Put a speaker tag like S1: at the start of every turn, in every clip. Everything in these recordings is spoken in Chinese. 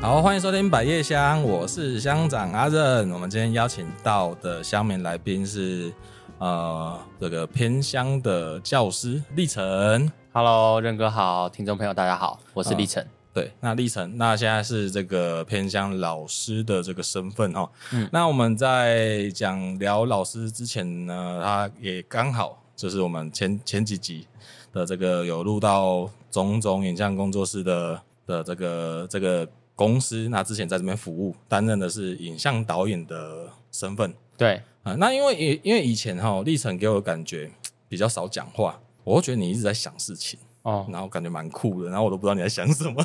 S1: 好，欢迎收听百叶香，我是乡长阿任。我们今天邀请到的乡民来宾是呃这个偏乡的教师历程。
S2: Hello，任哥好，听众朋友大家好，我是立成。
S1: 对，那历程，那现在是这个偏向老师的这个身份哦。嗯，那我们在讲聊老师之前呢，他也刚好就是我们前前几集的这个有录到种种影像工作室的的这个这个公司，那之前在这边服务，担任的是影像导演的身份
S2: 对，
S1: 啊。那因为以因为以前哈、历程给我的感觉比较少讲话，我会觉得你一直在想事情，
S2: 哦，
S1: 然后感觉蛮酷的，然后我都不知道你在想什么。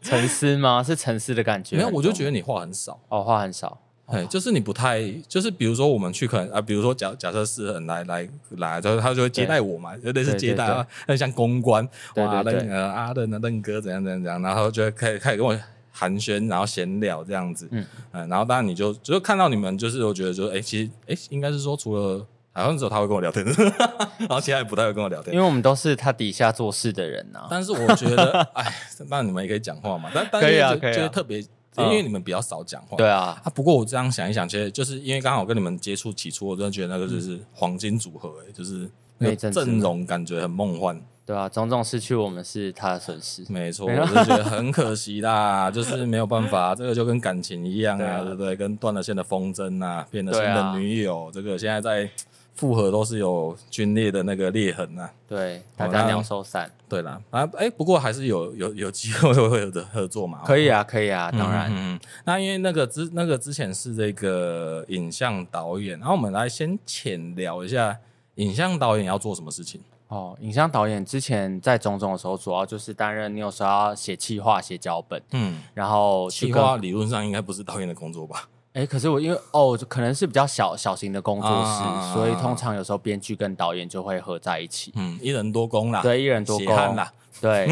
S2: 沉思吗？ 是沉思的感觉。
S1: 没有，我就觉
S2: 得
S1: 得你话很少，
S2: 哦，话很少。
S1: 哎、就是你不太，就是比如说我们去可能啊，比如说假假设是很来来来，就是他就会接待我嘛，就类似
S2: 对
S1: 接待
S2: 对
S1: 啊，很像公关，
S2: 对
S1: 哇，
S2: 对
S1: 任
S2: 对
S1: 呃阿任啊任哥怎样怎样怎样，然后就会开始开始跟我寒暄，然后闲聊这样子，嗯
S2: 嗯
S1: 然后当然你就就看到你们就是我觉得就哎、其实哎、应该是说除了好像只有他会跟我聊天， 然后其他也不太会跟我聊天
S2: 因。为我们都是他底下做事的人啊呐、
S1: 但是我觉得，哎，那你们也可以讲话嘛，但但是
S2: 可以啊
S1: 就
S2: 可以啊
S1: 就是特别，因
S2: 嗯
S1: 为你们比较少讲话，
S2: 对啊，
S1: 啊，不过我这样想一想，其实就是因为刚好跟你们接触起初，我真的觉得那个
S2: 嗯
S1: 就是黄金组合、欸，就是那
S2: 那
S1: 个
S2: 一阵子
S1: 阵容感觉很梦幻。
S2: 对啊，种种失去我们是他的损失。
S1: 没错，我就觉得很可惜啦，就是没有办 法，这个就跟感情一样
S2: 对
S1: 啊，
S2: 啊
S1: 对不对？跟断了线的风筝啊，变了心
S2: 对啊
S1: 的女友，这个现在在复合都是有皲裂的那个裂痕啊。
S2: 对，大
S1: 好
S2: 家
S1: 那
S2: 两手散。
S1: 对啦，啊，哎，不过还是有有有机会会有的合作嘛，哦
S2: 可以啊，可以啊，当然。
S1: 嗯，嗯嗯那因为那个之那个之前是这个影像导演，然后我们来先浅聊一下影像导演要做什么事情。
S2: 哦，影像导演之前在种种的时候，主要就是担任你有时候要写企划、写脚本，
S1: 嗯，
S2: 然后去
S1: 企
S2: 跟
S1: 划理论上应该不是导演的工作吧？
S2: 哎、可是我因为哦，可能是比较小小型的工作室，
S1: 啊
S2: 所以通常有时候编剧跟导演就会合在一起。
S1: 嗯，一人多工啦，
S2: 对，一人多
S1: 血
S2: 工
S1: 汗啦，
S2: 对，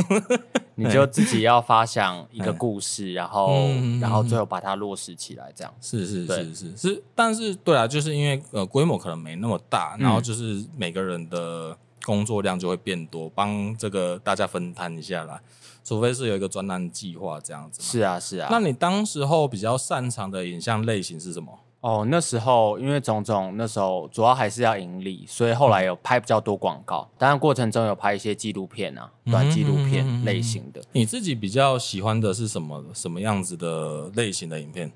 S2: 你就自己要发想一个故事，然后
S1: 嗯嗯嗯
S2: 然后最后把它落实起来，这样。
S1: 是是
S2: 对
S1: 是是是，但是对啊，就是因为呃规模可能没那么大，然后就是每个人的工作量就会变多，帮这个大家分摊一下啦。除非是有一个专栏计划这样子嘛。
S2: 是啊，是啊。
S1: 那你当时候比较擅长的影像类型是什么？
S2: 哦，那时候因为种种，那时候主要还是要盈利，所以后来有拍比较多广告。当然过程中有拍一些纪录片啊，短纪录
S1: 嗯嗯嗯嗯嗯
S2: 片类型的。
S1: 你自己比较喜欢的是什么什么样子的类型的影片？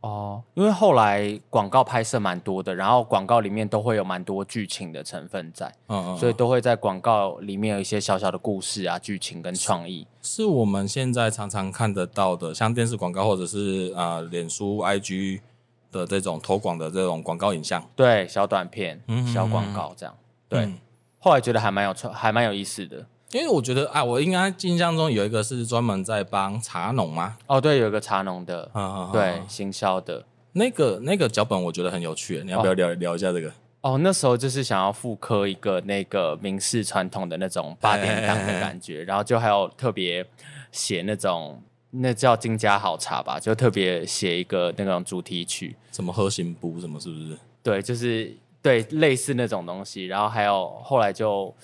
S2: 哦，因为后来广告拍摄蛮多的，然后广告里面都会有蛮多剧情的成分在，
S1: 嗯嗯，
S2: 所以都会在广告里面有一些小小的故事啊、剧情跟创意。
S1: 是我们现在常常看得到的，像电视广告或者是啊脸书、IG 的这种投广的这种广告影像。
S2: 对，小短片、
S1: 嗯
S2: 小广告这样。对，
S1: 嗯
S2: 后来觉得还蛮有创，还蛮有意思的。
S1: 因为我觉得啊，我应该印象中有一个是专门在帮茶农嘛，
S2: 哦，对，有一个茶农的，
S1: 啊，
S2: 对，行销的。
S1: 那个那个脚本我觉得很有趣，你要不要聊、聊一下这个？
S2: 哦，那时候就是想要复刻一个那个明式传统的那种八点档的感觉，然后就还有特别写那种那叫金家好茶吧，就特别写一个那种主题曲，
S1: 什么核心部什么是不是？
S2: 对，就是对类似那种东西，然后还有后来就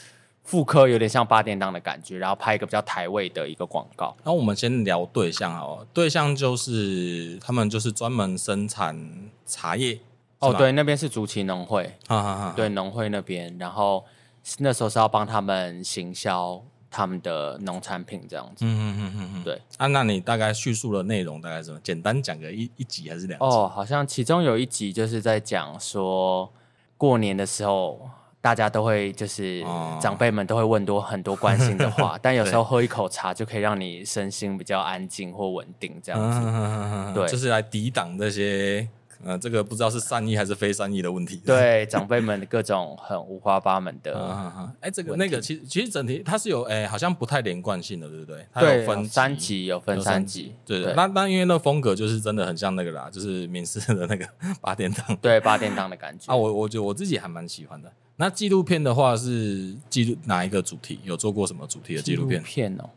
S2: 复刻有点像八点档的感觉，然后拍一个比较台味的一个广告。
S1: 那我们先聊对象哦，对象就是他们就是专门生产茶叶。
S2: 哦，
S1: 是吧
S2: 对，那边是竹崎农会，
S1: 哈哈哈，
S2: 对农会那边，然后是那时候是要帮他们行销他们的农产品这样子。
S1: 嗯嗯嗯嗯嗯，
S2: 对
S1: 啊，那你大概叙述的内容大概是什么？简单讲个一一集还是两集？
S2: 哦，好像其中有一集就是在讲说，过年的时候大家都会就是、
S1: 哦
S2: 长辈们都会问多很多关心的 话，但有时候喝一口茶就可以让你身心比较安静或稳定这样子。
S1: 嗯，
S2: 对
S1: 就是来抵挡这些，呃，这个不知道是善意还是非善意的问题。
S2: 对长辈们的各种很五花八门的，
S1: 啊，啊啊哎，这个那个，其实其实整体它是有，哎，好像不太连贯性的，对不对？它
S2: 对，
S1: 有分
S2: 三，集有分
S1: 有
S2: 三
S1: 三
S2: 集，
S1: 对
S2: 对
S1: 对。那那因为那风格就是真的很像那个啦，就是民视的那个八点 档
S2: 对八点档的感觉。
S1: 啊，我我觉得我自己还蛮喜欢的。那纪录片的话是记录哪一个主题？有做过什么主题的纪录片？
S2: 哦。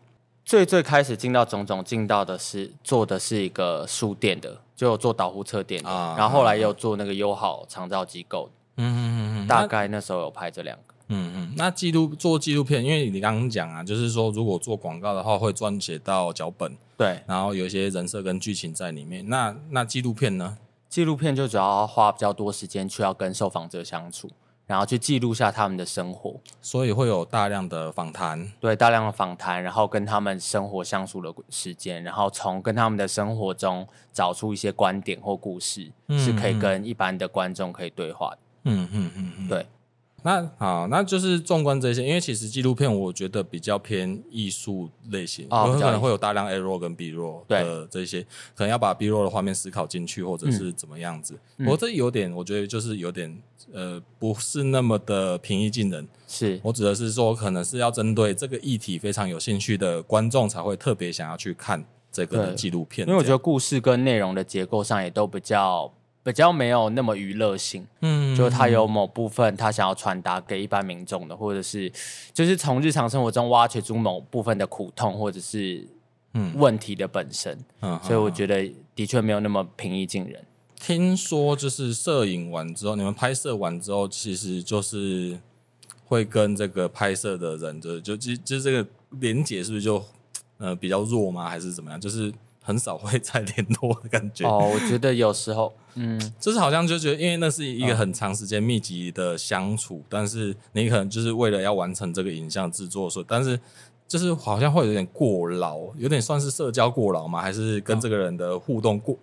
S2: 最最开始进到种种进到的是做的是一个书店的，就有做导护车店的，
S1: 啊
S2: 然后后来又做那个友好长照机构，
S1: 嗯嗯嗯嗯，
S2: 大概那时候有拍这两个。
S1: 嗯嗯，那纪录做纪录片，因为你刚刚讲啊，就是说如果做广告的话，会撰写到脚本，
S2: 对，
S1: 然后有一些人设跟剧情在里面。那那纪录片呢？
S2: 纪录片就主要花比较多时间去要跟受访者相处，然后去记录下他们的生活，
S1: 所以会有大量的访谈。
S2: 对大量的访谈，然后跟他们生活相处的时间，然后从跟他们的生活中找出一些观点或故事，
S1: 嗯
S2: 是可以跟一般的观众可以对话的。
S1: 嗯嗯嗯嗯，
S2: 对。
S1: 那好，那就是纵观这些，因为其实纪录片我觉得比较偏艺术类型，
S2: 哦
S1: 有
S2: 比较
S1: 可能会有大量 A roll 跟 B roll
S2: 对
S1: 的这些，可能要把 B roll 的画面思考进去，或者是怎么样子。
S2: 嗯
S1: 我这有点，我觉得就是有点呃，不是那么的平易近人。
S2: 是
S1: 我指的是说，可能是要针对这个议题非常有兴趣的观众才会特别想要去看这个
S2: 对
S1: 纪录片这
S2: 因为
S1: 样，
S2: 我觉得故事跟内容的结构上也都比较比较没有那么娱乐性，
S1: 嗯
S2: 就是他有某部分他想要传达给一般民众的，或者是就是从日常生活中挖掘出某部分的苦痛或者是
S1: 嗯
S2: 问题的本身，
S1: 嗯
S2: 所以我
S1: 得
S2: 觉得的确没有那么平易近人。
S1: 听说就是摄影完之后，你们拍摄完之后，其实就是会跟这个拍摄的人，就就就就这个连接是不是就呃比较弱吗？还是怎么样？就是很少会再联络的感觉。
S2: 哦，我觉得有时候，嗯，
S1: 就是好像就觉得，因为那是一个嗯很长时间密集的相处，但是你可能就是为了要完成这个影像制作，所以但是就是好像会有点过劳，有点算是社交过劳嘛，还是跟这个人的互动过，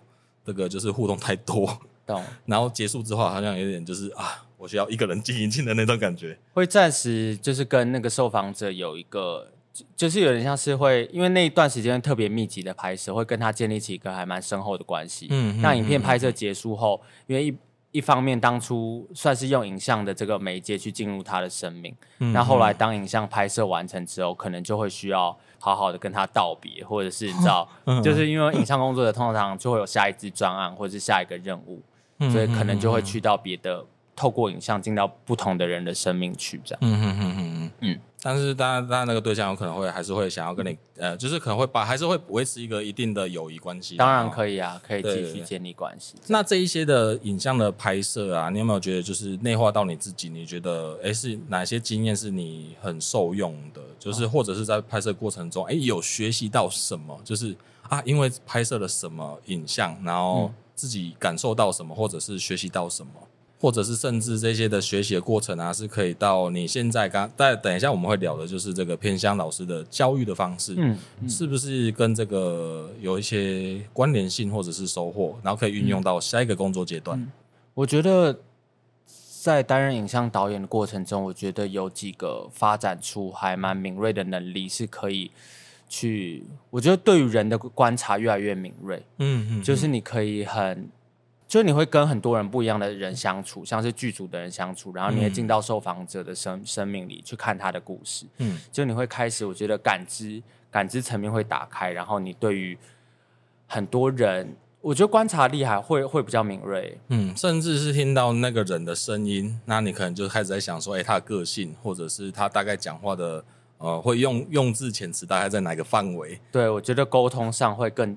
S1: 这个就是互动太多，
S2: 懂，
S1: 然后结束之后好像有点就是啊，我需要一个人静一静的那种感觉。
S2: 会暂时就是跟那个受访者有一个。就就是有点像是会，因为那一段时间特别密集的拍摄，会跟他建立起一个还蛮深厚的关系。
S1: 嗯
S2: 那影片拍摄结束后，因为一一方面当初算是用影像的这个媒介去进入他的生命，
S1: 嗯
S2: 那后来当影像拍摄完成之后，可能就会需要好好的跟他道别，或者是你 知道，就是因为影像工作者通常就会有下一支专案或者是下一个任务，所以可能就会去到别的，透过影像进到不同的人的生命去这样。
S1: 嗯嗯嗯嗯
S2: 嗯。
S1: 但是当然，当然那个对象有可能会还是会想要跟你，呃，就是可能会把还是会维持一个一定的友谊关系。
S2: 当然
S1: 哦
S2: 可以啊，可以
S1: 对
S2: 继
S1: 对
S2: 续
S1: 对
S2: 建立关系。
S1: 那这一些的影像的拍摄啊，你有没有觉得就是内化到你自己？你觉得诶是哪些经验是你很受用的？就是或者是在拍摄过程中，诶有学习到什么？就是啊，因为拍摄了什么影像，然后自己感受到什么，或者是学习到什么？或者是甚至这些的学习的过程啊，是可以到你现在刚，但等一下我们会聊的就是这个偏乡老师的教育的方式，
S2: 嗯，
S1: 是不是跟这个有一些关联性或者是收获，然后可以运用到下一个工作阶段？
S2: 我觉得在担任影像导演的过程中，我觉得有几个发展出还蛮敏锐的能力，是可以去。我觉得对于人的观察越来越敏锐，
S1: 嗯嗯
S2: 就是你可以很，就是你会跟很多人不一样的人相处，像是剧组的人相处，然后你也进到受访者的生生命里去看他的故事，
S1: 嗯
S2: 就你会开始，我觉得感知感知层面会打开，然后你对于很多人，我觉得观察力还会会比较敏锐。
S1: 嗯，甚至是听到那个人的声音，那你可能就开始在想说，哎、他的个性，或者是他大概讲话的，呃，会用用字遣词大概在哪个范围？
S2: 对，我觉得沟通上会更，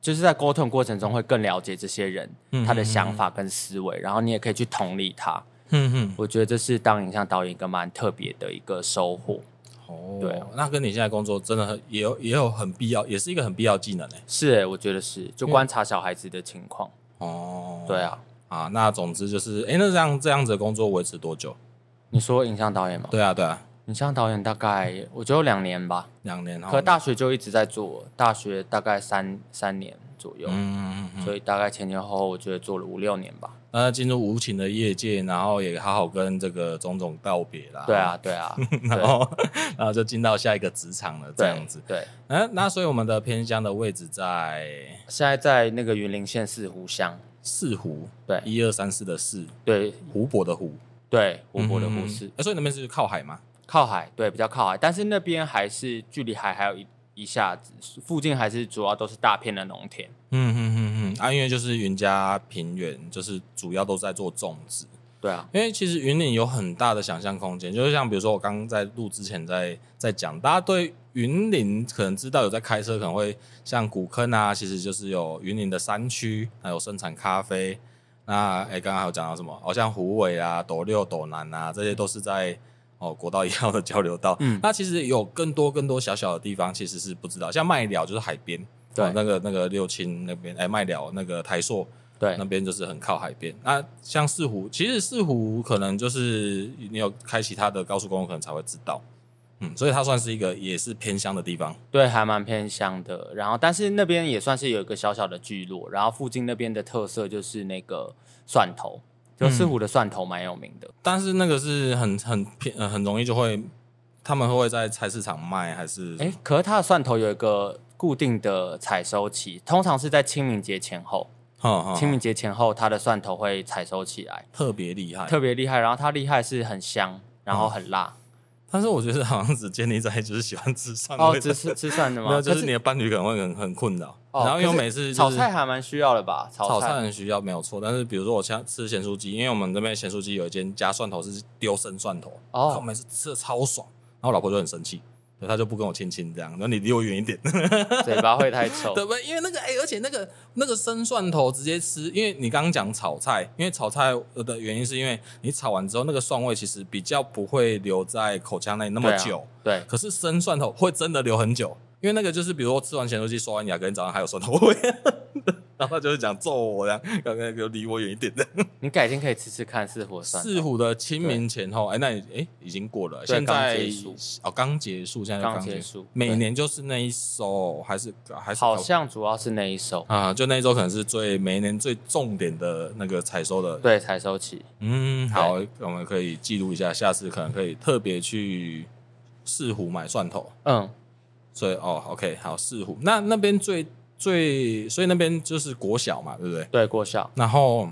S2: 就是在沟通过程中会更了解这些人、
S1: 嗯
S2: 他的想法跟思维，然后你也可以去同理他。
S1: 嗯嗯，
S2: 我觉得这是当影像导演一个蛮特别的一个收获。
S1: 哦，
S2: 对啊
S1: 那跟你现在工作真的很也有也有很必要，也是一个很必要技能诶、
S2: 是、欸，我觉得是，就观察小孩子的情况。
S1: 嗯哦，
S2: 对啊，
S1: 啊，那总之就是，哎、那这样这样子的工作维持多久？
S2: 你说影像导演吗？
S1: 对啊，对啊，
S2: 影像导演大概我觉得有两年吧，
S1: 两年。
S2: 可大学就一直在做，大学大概三三年左右，
S1: 嗯嗯嗯，
S2: 所以大概前前后后我觉得做了五六年吧。
S1: 那进入无情的业界，然后也好好跟这个种种道别啦。
S2: 对，啊，对啊，
S1: 然后 然后就进到下一个职场了，这
S2: 对
S1: 样子。
S2: 对，
S1: 嗯，那所以我们的偏乡的位置在
S2: 现在在那个云林县四湖乡，
S1: 四湖，
S2: 对
S1: 一二三四的四，
S2: 对
S1: 湖泊的湖，
S2: 对，湖泊的湖
S1: 嗯
S2: 是、
S1: 呃所以那边是靠海吗？
S2: 靠海，对，比较靠海，但是那边还是距离海还有一一下子，附近还是主要都是大片的农田。
S1: 嗯嗯嗯嗯，啊，因为就是云嘉平原，就是主要都在做种植，
S2: 对啊，
S1: 因为其实云岭有很大的想象空间，就是像比如说我刚刚在录之前在在讲，大家对云岭可能知道有在开车，可能会像古坑啊，其实就是有云岭的山区，还有生产咖啡。哦那哎，诶刚刚还有讲到什么？好、像虎尾啊、斗六、斗南啊，这些都是在哦，国道一号的交流道。
S2: 嗯
S1: 那其实有更多更多小小的地方其实是不知道，像麦寮就是海边，
S2: 对
S1: 哦那个那个六轻那边，哎，麦寮那个台塑
S2: 对
S1: 那边就是很靠海边。那像四湖，其实四湖可能就是你有开其他的高速公路，可能才会知道。嗯，所以它算是一个也是偏乡的地方。
S2: 对，还蛮偏乡的。然后，但是那边也算是有一个小小的聚落。然后附近那边的特色就是那个蒜头，就
S1: 嗯
S2: 四湖的蒜头蛮有名的。
S1: 但是那个是很很偏、呃很容易就会，他们会在菜市场卖还是？
S2: 哎、可是它的蒜头有一个固定的采收期，通常是在清明节前后。
S1: 哼，哼
S2: 清明节前后，它的蒜头会采收起来，
S1: 特别厉害。
S2: 特别厉害。然后它厉害是很香，然
S1: 哦
S2: 后 很辣。
S1: 但是我觉得好像只建立在就是喜欢吃蒜
S2: 哦，
S1: 味
S2: 只
S1: 的，
S2: 吃吃蒜的
S1: 没有
S2: 吗？
S1: 就
S2: 可
S1: 是你的伴侣可能会很很困扰。
S2: 哦
S1: 然后因
S2: 可
S1: 为
S2: 是
S1: 每次、就是、
S2: 炒菜还蛮需要的吧？炒
S1: 炒
S2: 菜啊
S1: 菜很需要没有错，但是比如说我像吃咸酥鸡，因为我们这边咸酥鸡有一间加蒜头是丢生蒜头，
S2: 哦
S1: 我每次吃的超爽，然后我老婆就很生气，对她就不跟我亲亲这样，那你离我远一点，
S2: 嘴巴会 太臭。
S1: 对不对？因为那个哎、而且那个那个生蒜头直接吃，因为你刚刚讲炒菜，因为炒菜的原因是因为你炒完之后那个蒜味其实比较不会留在口腔内那么
S2: 对啊
S1: 久，
S2: 对，
S1: 可是生蒜头会真的留很久，因为那个就是比如说哎吃完咸酥鸡刷完牙，隔天早上还有蒜头味， 然后他就是讲揍我这样，要跟给我离我远一点的。
S2: 你改天可以吃吃看四湖的蒜头。
S1: 四虎的清明前后，哎，那你哎已经过了，
S2: 对
S1: 现在
S2: 刚结束
S1: 哦刚结束，现在就
S2: 刚
S1: 结
S2: 结束
S1: 每
S2: 对
S1: 年就是那一周，还是还是
S2: 好像主要是那一首，
S1: 啊，就那一周可能是最每一年最重点的那个采收的。
S2: 对，采收期。
S1: 嗯，好，我们可以记录一下，下次可能可以特别去四虎买蒜头。
S2: 嗯，
S1: 所以哦，OK，好，四湖那那边最最，所以那边就是国小嘛，对不对？
S2: 对，国校
S1: 然后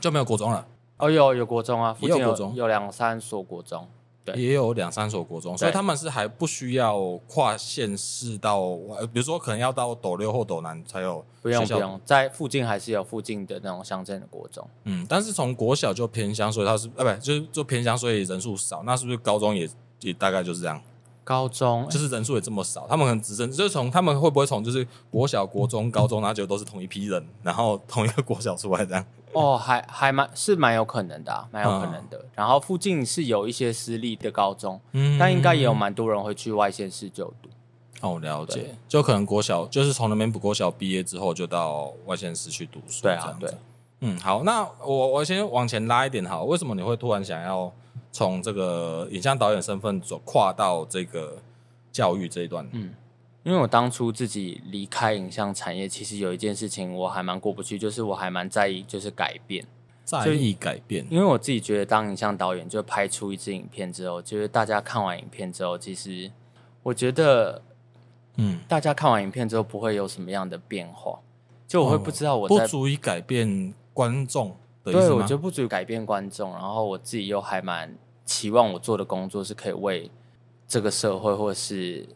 S1: 就没有国中了，
S2: 哦，有有国中啊，附近
S1: 也有
S2: 有
S1: 国中
S2: 有两三所国中，对
S1: 也有两三所国中，所以他们是还不需要跨县市到，呃比如说可能要到斗六或斗南才有
S2: 不用
S1: 学校
S2: 不用，在附近还是有附近的那种乡镇的国中。
S1: 嗯，但是从国小就偏乡，所以他是呃，不就是就偏乡，所以人数少，那是不是高中也也大概就是这样，
S2: 高中
S1: 就是人数也这么少，他们可能只剩就是从他们会不会从就是国小、国中、高中，然后就都是同一批人，然后同一个国小出来 这样。
S2: 哦，还还蛮是蛮有可能的、啊，蛮有可能的。然后附近是有一些私立的高中，
S1: 嗯
S2: 但应该也有蛮多人会去外县市就读。
S1: 哦，了解
S2: 对，
S1: 就可能国小就是从那边国小毕业之后，就到外县市去读书，
S2: 对啊
S1: 这样子
S2: 对
S1: 嗯，好，那我我先往前拉一点好，为什么你会突然想要从这个影像导演身份走跨到这个教育这一段？嗯
S2: 因为我当初自己离开影像产业，其实有一件事情我还蛮过不去，就是我还蛮在意就是改变。
S1: 在
S2: 就
S1: 意改变，
S2: 因为我自己觉得，当影像导演就拍出一支影片之后，就是大家看完影片之后，其实我觉得
S1: 嗯，
S2: 大家看完影片之后不会有什么样的变化，就我会不知道我
S1: 哦不
S2: 在、
S1: 足以改变观众的意
S2: 对，
S1: 思
S2: 我
S1: 吗
S2: 觉？得不足以改变观众，然后我自己又还蛮期望我做的工作是可以为这个社会或是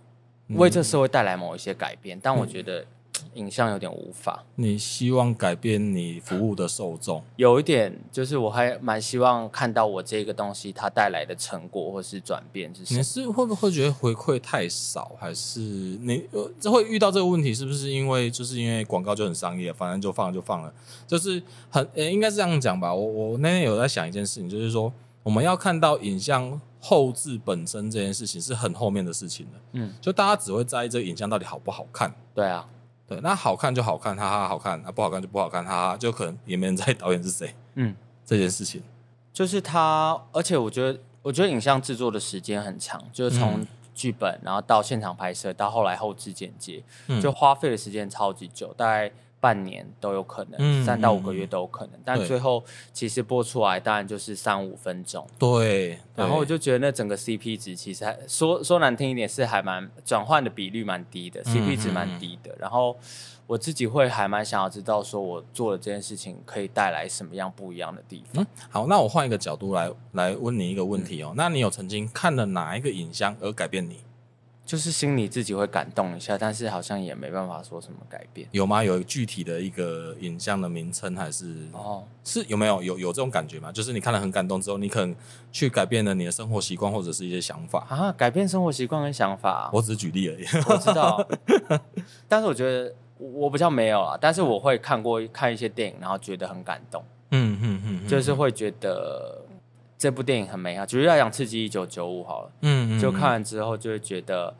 S1: 嗯
S2: 为这社会带来某一些改变，但我觉得嘖影像有点无法。
S1: 你希望改变你服务的受众，
S2: 有一点就是，我还蛮希望看到我这个东西它带来的成果或是转变是什么
S1: 你。是会不会觉得回馈太少，还是你呃这会遇到这个问题？是不是因为就是因为广告就很商业，反正就放了就放了，就是很呃、应该是这样讲吧。我我那天有在想一件事情，就是说我们要看到影像后置本身这件事情是很后面的事情的，
S2: 嗯，
S1: 就大家只会在意这个影像到底好不好看。
S2: 对啊，
S1: 对，那好看就好看，哈哈，好看；那、不好看就不好看，哈哈，就可能也没人在意导演是谁
S2: 嗯，
S1: 这件事情。
S2: 就是它，而且我觉得，我觉得影像制作的时间很长，就是
S1: 嗯
S2: 从剧本，然后到现场拍摄，到后来后置剪接，
S1: 嗯
S2: 就花费的时间超级久，大概半年都有可
S1: 嗯
S2: 能，三、到五个月都有可能。但
S1: 对
S2: 最后其实播出来，当然就是三五分钟。
S1: 对，
S2: 然后我
S1: 对
S2: 就觉得那整个 CP 值其实还说说难听一点是还蛮转换的比率蛮低
S1: 嗯
S2: 的、c p 值蛮低的。然后我自己会还蛮想要知道，说我做的这件事情可以带来什么样不一样的地方。
S1: 嗯，好，那我换一个角度来来问你一个问题哦。那你有曾经看了哪一个影像而改变你？
S2: 就是心里自己会感动一下，但是好像也没办法说什么改变。
S1: 有吗？有具体的一个影像的名称还是、
S2: 哦，
S1: 是有没有有有这种感觉吗？就是你看了很感动之后，你可能去改变了你的生活习惯或者是一些想法。
S2: 啊，改变生活习惯跟想法 啊、
S1: 我只是举例而已。
S2: 我知道，但是我觉得我我比较没有啊，但是我会看过看一些电影，然后觉得很感动，
S1: 嗯嗯嗯，
S2: 就是会觉得。这部电影很美好，举例来讲，《刺激一九九五》好了，
S1: 嗯
S2: 就看，完之后就会觉得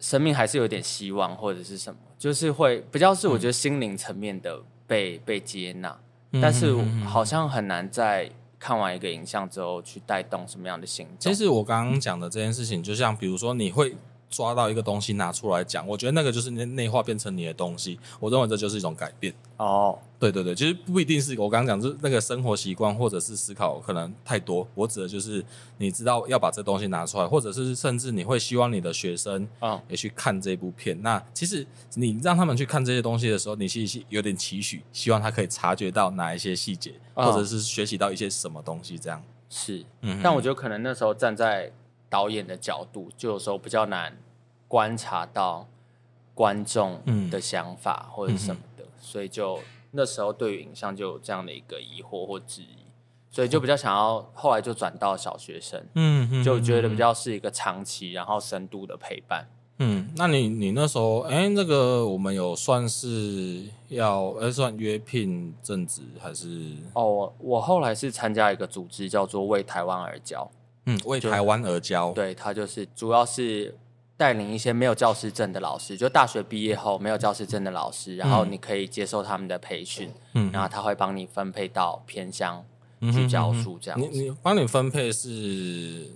S2: 生命还是有点希望，或者是什么，就是会比较是我觉得心灵层面的被、被接纳，
S1: 嗯
S2: 但是
S1: 嗯嗯嗯
S2: 好像很难在看完一个影像之后去带动什么样的行动。
S1: 其实我刚刚讲的这件事情，就像比如说你会抓到一个东西拿出来讲，我觉得那个就是内内化变成你的东西，我认为这就是一种改变。
S2: 哦，
S1: 对对对，其实不一定是我刚刚讲，就是那个生活习惯或者是思考可能太多。我指的就是你知道要把这东西拿出来，或者是甚至你会希望你的学生
S2: 嗯，
S1: 也去看这部片。那其实你让他们去看这些东西的时候，你其实是有点期许，希望他可以察觉到哪一些细节，
S2: 哦
S1: 或者是学习到一些什么东西这样。
S2: 是，
S1: 嗯哼
S2: 但我觉得可能那时候站在导演的角度，就有时候比较难观察到观众
S1: 嗯
S2: 的想法或者什么的，所以就那时候对于影像就有这样的一个疑惑或质疑，所以就比较想要后来就转到小学生，
S1: 嗯哼
S2: 就觉得比较是一个长期然后深度的陪伴。
S1: 嗯，那你你那时候，哎、那个我们有算是要，哎、算约聘正职还是？
S2: 哦，我我后来是参加一个组织叫做为台湾而教，
S1: 嗯，为台湾而教。，
S2: 对他就是主要是带领一些没有教师证的老师，就大学毕业后没有教师证的老师，然后你可以接受他们的培训，
S1: 嗯
S2: 然后他会帮你分配到偏乡
S1: 嗯
S2: 去
S1: 哼
S2: 教
S1: 嗯哼
S2: 书这样
S1: 你
S2: 子。
S1: 你帮你分配是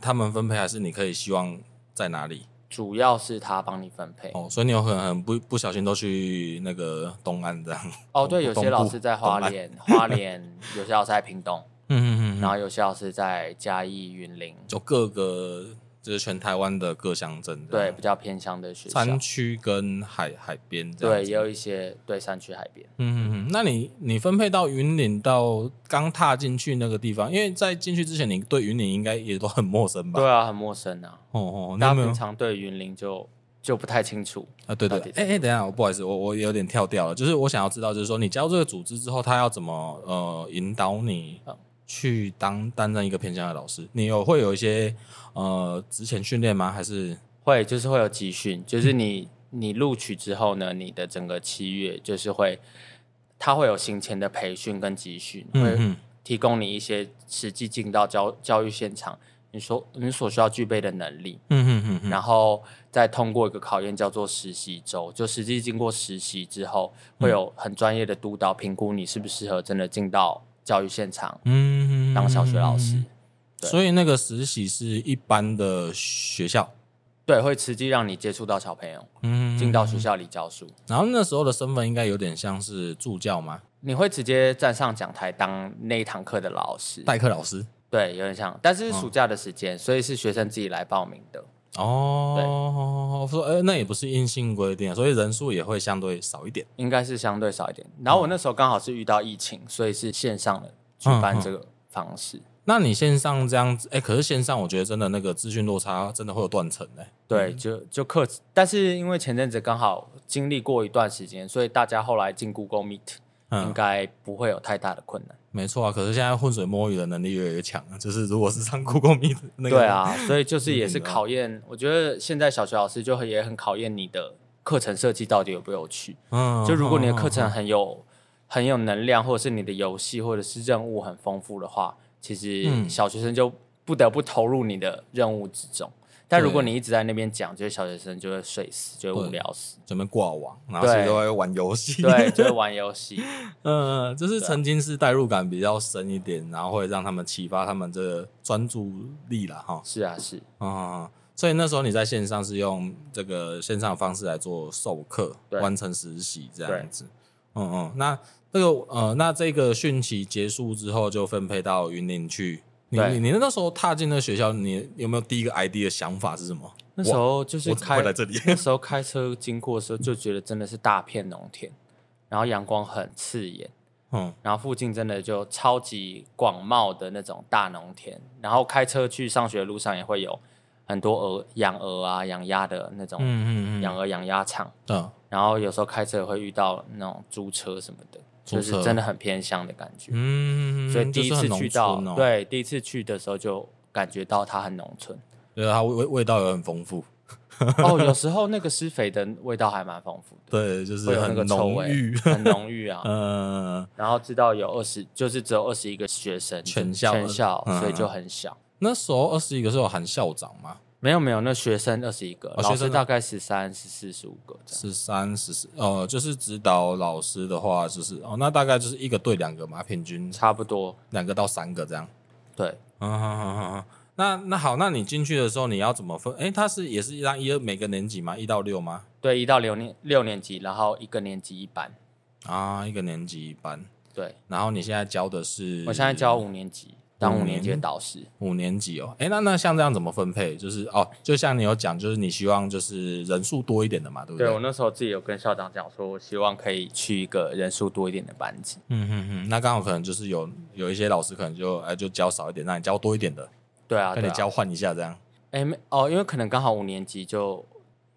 S1: 他们分配，还是你可以希望在哪里？
S2: 主要是他帮你分配。哦
S1: 哦，所以你有可能不不小心都去那个东岸这样。
S2: 哦对，有
S1: 东
S2: 些老
S1: 部
S2: 师在
S1: 东
S2: 花
S1: 岸
S2: 莲，花莲有些老师在屏东，
S1: 啊嗯嗯嗯
S2: 然后有些老师在嘉义、云林，
S1: 就各个就是全台湾的各乡镇这
S2: 对，
S1: 样，
S2: 比较偏乡的学校，
S1: 山区跟海海边这样
S2: 对，
S1: 子。
S2: 也有一些对山区海边。
S1: 嗯嗯嗯，那你你分配到云岭到刚踏进去那个地方，因为在进去之前，你对云岭应该也都很陌生吧？
S2: 对啊，很陌生啊，
S1: 哦哦，你
S2: 大
S1: 有
S2: 家
S1: 没有
S2: 平常对云林就就不太清楚。
S1: 啊？对对
S2: 到底，
S1: 哎哎、等一下，我不好意思，我我有点跳掉了，就是我想要知道，就是说你加入这个组织之后，他要怎么呃引导你
S2: 嗯
S1: 去当担任一个偏向的老师？你有会有一些呃职前训练吗？还是
S2: 会，就是会有集训，就是
S1: 嗯
S2: 你你录取之后呢，你的整个七月就是会，它会有行前的培训跟集训，会
S1: 嗯
S2: 提供你一些实际进到教教育现场，你所你所需要具备的能力，
S1: 嗯嗯嗯嗯
S2: 然后再通过一个考验叫做实习周，就实际经过实习之后，
S1: 嗯
S2: 会有很专业的督导评估你适不适合真的进到教育现场
S1: 嗯，
S2: 当小学老师。对
S1: 所以那个实习是一般的学校，
S2: 对，会实际让你接触到小朋友，
S1: 嗯，
S2: 进到学校里教书。
S1: 然后那时候的身份应该有点像是助教嘛，
S2: 你会直接站上讲台当那一堂课的老师，
S1: 代课老师。
S2: 对，有点像，但是是暑假的时间，所以是学生自己来报名的。
S1: 哦，说哎、那也不是硬性规定，所以人数也会相对少一点。
S2: 应该是相对少一点，然后我那时候刚好是遇到疫情，所以是线上的举办这个方式。
S1: 那你线上这样子，哎、可是线上我觉得真的那个资讯落差真的会有断层哎、
S2: 对，就就课，但是因为前阵子刚好经历过一段时间，所以大家后来进 Google Meet 应
S1: 嗯，
S2: 该不会有太大的困难。
S1: 没错啊。可是现在浑水摸鱼的能力越来越强，啊就是如果是上 Google Meet 那个，
S2: 对，啊，所以就是也是
S1: 一定的
S2: 考验，我觉得现在小学老师就也很考验你的课程设计到底有没有趣。
S1: 嗯
S2: 就如果你的
S1: 嗯嗯
S2: 课程很有很有能量，或者是你的游戏或者是任务很丰富的话，其实
S1: 嗯
S2: 小学生就不得不投入你的任务之中。但如果
S1: 对
S2: 你一直在那边讲，就是小学生就会睡死，就会无
S1: 对
S2: 聊 死，
S1: 嗯准备挂网，然后所以都会玩游戏，
S2: 对，就会玩游戏。
S1: 嗯，就是曾经是代入感比较深一点，然后会让他们启发他们这个专注力啦。哈。
S2: 是啊， 是，
S1: 啊、所以那时候你在线上是用这个线上的方式来做授课，
S2: 对
S1: 完成实习这样子。嗯嗯，那这个呃，那这个训期结束之后就分配到云林去。你
S2: 对
S1: 你你那时候踏进那个学校，你有没有第一个 ID 的想法是什么？
S2: 那时候就是
S1: 我怎么
S2: 开
S1: 会来 这 里？
S2: 那时候开车经过的时候，就觉得真的是大片农田，然后阳光很刺眼，
S1: 嗯，
S2: 然后附近真的就超级广袤的那种大农田，然后开车去上学的路上也会有很多鹅、养鹅啊、养鸭的那种
S1: 嗯嗯嗯，
S2: 养鹅养鸭场，
S1: 嗯
S2: 然后有时候开车也会遇到那种租车什么的，
S1: 租
S2: 就
S1: 车
S2: 是真的很偏乡的感觉。
S1: 嗯，
S2: 所以第一
S1: 就是
S2: 次
S1: 很农
S2: 去到，
S1: 村哦，
S2: 对，第一次去的时候就感觉到它很农村，
S1: 啊对，它味味味道也很丰富。
S2: 哦，有时候那个施肥的味道还蛮丰富的，
S1: 对， 就
S2: 会
S1: 是
S2: 有那
S1: 很
S2: 个臭
S1: 浓
S2: 味
S1: 郁，，
S2: 很浓郁啊。
S1: 嗯，
S2: 然后知道有二十，就是只有二十一个学生，
S1: 全校
S2: 全校，
S1: 嗯
S2: 所以就很小。
S1: 那时候二十一个是有喊校长吗？
S2: 没有没有，那学生二十一个，
S1: 哦学
S2: 老师
S1: 生
S2: 大概十三、十四、十五个这样。
S1: 十三、十四，呃，就是指导老师的话，就是哦，那大概就是一个对两个嘛，平均
S2: 差不多。
S1: 两个到三个这样。
S2: 对，
S1: 嗯哼哼哼哼，那那好，那你进去的时候你要怎么分？诶，他是也是让一二每个年级嘛，一到六吗？
S2: 对，一到六年六年级，然后一个年级一班。
S1: 啊，一个年级一班。
S2: 对，
S1: 然后你现在教的是？
S2: 我现在教五年级，当
S1: 嗯五
S2: 五年级的
S1: 年
S2: 导师。
S1: 五年级哦。诶，那那像这样怎么分配？就是哦，就像你有讲，就是你希望就是人数多一点的嘛，对不
S2: 对我那时候自己有跟校长讲说，我希望可以去一个人数多一点的班级。
S1: 嗯哼哼，那刚好可能就是有有一些老师可能就哎就教少一点，让你教多一点的，
S2: 对啊，
S1: 跟
S2: 对
S1: 你
S2: 啊。
S1: 交换一下这样。
S2: 哎、没哦，因为可能刚好五年级就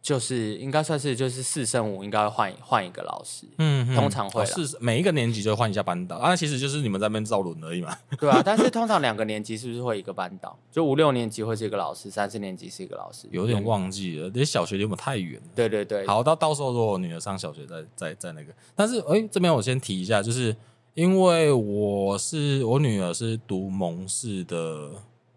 S2: 就是应该算是就是四升五，应该会换换一个 老师。
S1: 嗯
S2: 通常会啦
S1: 是每一个年级就换一下班导啊，其实就是你们在那边造轮而已嘛。
S2: 对啊，但是通常两个年级是不是会一个班导？就五六年级会是一个老师，三四年级是一个老师。
S1: 有点忘记了，离小学有点太远了。
S2: 对对对，
S1: 好，到到时候如果我女儿上小学再再再那个，但是哎、这边我先提一下，就是因为我是我女儿是读蒙氏的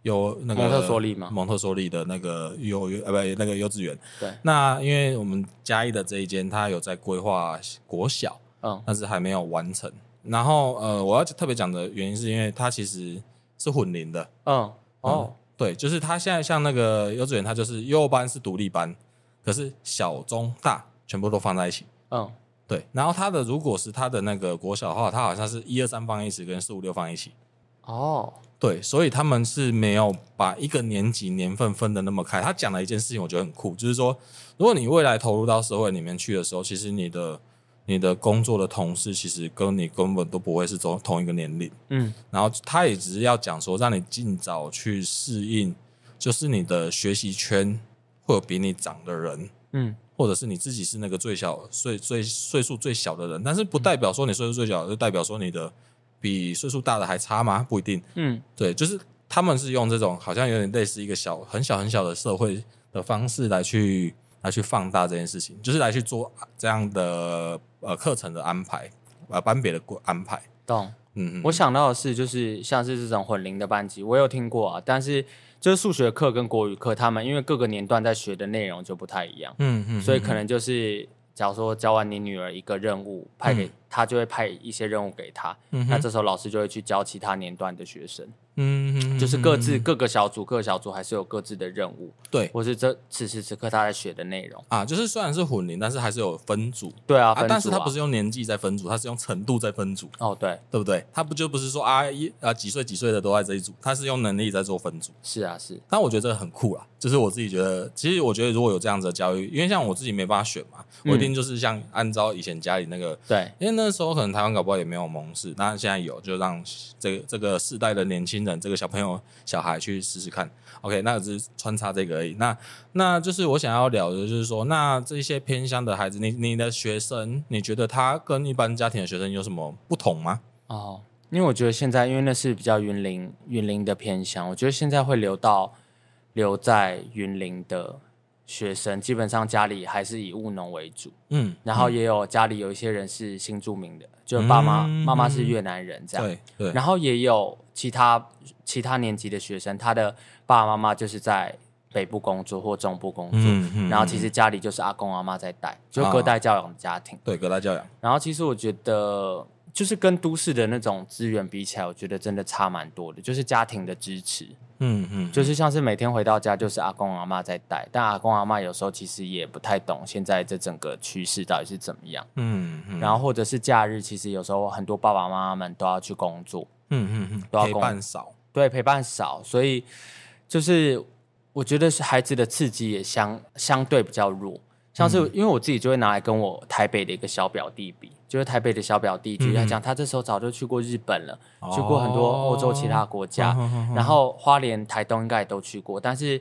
S1: 有那个
S2: 蒙特梭利吗
S1: 蒙特梭利的那个幼幼呃不那个幼稚园，
S2: 对，
S1: 那因为我们嘉义的这一间，它有在规划国小，
S2: 嗯，
S1: 但是还没有完成。然后呃，我要特别讲的原因是因为它其实是混龄的，
S2: 嗯，哦
S1: 哦，对，就是它现在像那个幼稚园，它就是幼班是独立班，可是小中大全部都放在一起。
S2: 嗯，
S1: 对，然后它的如果是它的那个国小的话，它好像是一二三放一起，跟四五六放一起。
S2: 哦，
S1: 对，所以他们是没有把一个年级年份分的那么开。他讲了一件事情，我觉得很酷，就是说，如果你未来投入到社会里面去的时候，其实你的你的工作的同事，其实跟你根本都不会是同同一个年龄。
S2: 嗯，
S1: 然后他也只是要讲说，让你尽早去适应，就是你的学习圈会有比你长的人，
S2: 嗯，
S1: 或者是你自己是那个最小岁最岁数最小的人，但是不代表说你岁数最小，就代表说你的比岁数大的还差吗？不一定。
S2: 嗯，
S1: 对，就是他们是用这种好像有点类似一个小很小很小的社会的方式来去来去放大这件事情，就是来去做这样的呃课程的安排，呃班别的规安排。
S2: 懂。
S1: 嗯
S2: 我想到的是，就是像是这种混龄的班级，我有听过啊，但是就是数学课跟国语课，他们因为各个年段在学的内容就不太一样，
S1: 嗯嗯
S2: 所以可能就是假如说教完你女儿一个任务，派给、她就会派一些任务给她，
S1: 嗯
S2: 那这时候老师就会去教其他年段的学生，
S1: 嗯嗯
S2: 就是各自各个小组，各个小组还是有各自的任务，
S1: 对
S2: 或是这此时此刻他在学的内容。
S1: 啊，就是虽然是混龄，但是还是有分组
S2: 对啊，
S1: 啊
S2: 分
S1: 但是
S2: 组
S1: 他不是用年纪在分组，他是用程度在分组，
S2: 哦，对，
S1: 对不对？他不就不是说啊一啊几岁几岁的都在这一组，他是用能力在做分组。
S2: 是啊，是，
S1: 但我觉得这个很酷啦，就是我自己觉得，其实我觉得如果有这样子的教育，因为像我自己没办法选嘛，
S2: 嗯
S1: 我一定就是像按照以前家里那个，
S2: 对，
S1: 因为那时候可能台湾搞不好也没有蒙氏，那现在有，就让这个这个世代的年轻人，这个小朋友小孩去试试看。OK，那只是穿插这个而已。那那就是我想要聊的，就是说，那这些偏乡的孩子，你你的学生，你觉得他跟一般家庭的学生有什么不同吗？
S2: 哦，因为我觉得现在，因为那是比较云林云林的偏乡，我觉得现在会留到留在云林的学生，基本上家里还是以务农为主，
S1: 嗯，
S2: 然后也有家里有一些人是新住民的，就爸妈、
S1: 嗯
S2: 妈妈是越南人这样，
S1: 对对，
S2: 然后也有其他其他年级的学生，他的爸爸妈妈就是在北部工作或中部工作，
S1: 嗯嗯
S2: 然后其实家里就是阿公阿妈在带，就隔
S1: 啊
S2: 代教养的家庭。
S1: 对隔代教养，
S2: 然后其实我觉得，就是跟都市的那种资源比起来，我觉得真的差蛮多的。就是家庭的支持，
S1: 嗯嗯，
S2: 就是像是每天回到家就是阿公阿妈在带，但阿公阿妈有时候其实也不太懂现在这整个趋势到底是怎么样。
S1: 嗯嗯，
S2: 然后或者是假日，其实有时候很多爸爸妈妈们都要去工作，
S1: 嗯嗯
S2: 都要
S1: 嗯，陪
S2: 公
S1: 伴少。
S2: 对陪伴少，所以就是我觉得是孩子的刺激也相相对比较弱。像
S1: 嗯
S2: 是因为我自己就会拿来跟我台北的一个小表弟比，就是台北的小表弟，
S1: 嗯
S2: 就是他讲他这时候早就去过日本了，
S1: 哦
S2: 去过很多欧洲其他国家，然后花莲、台东应该也都去过，但是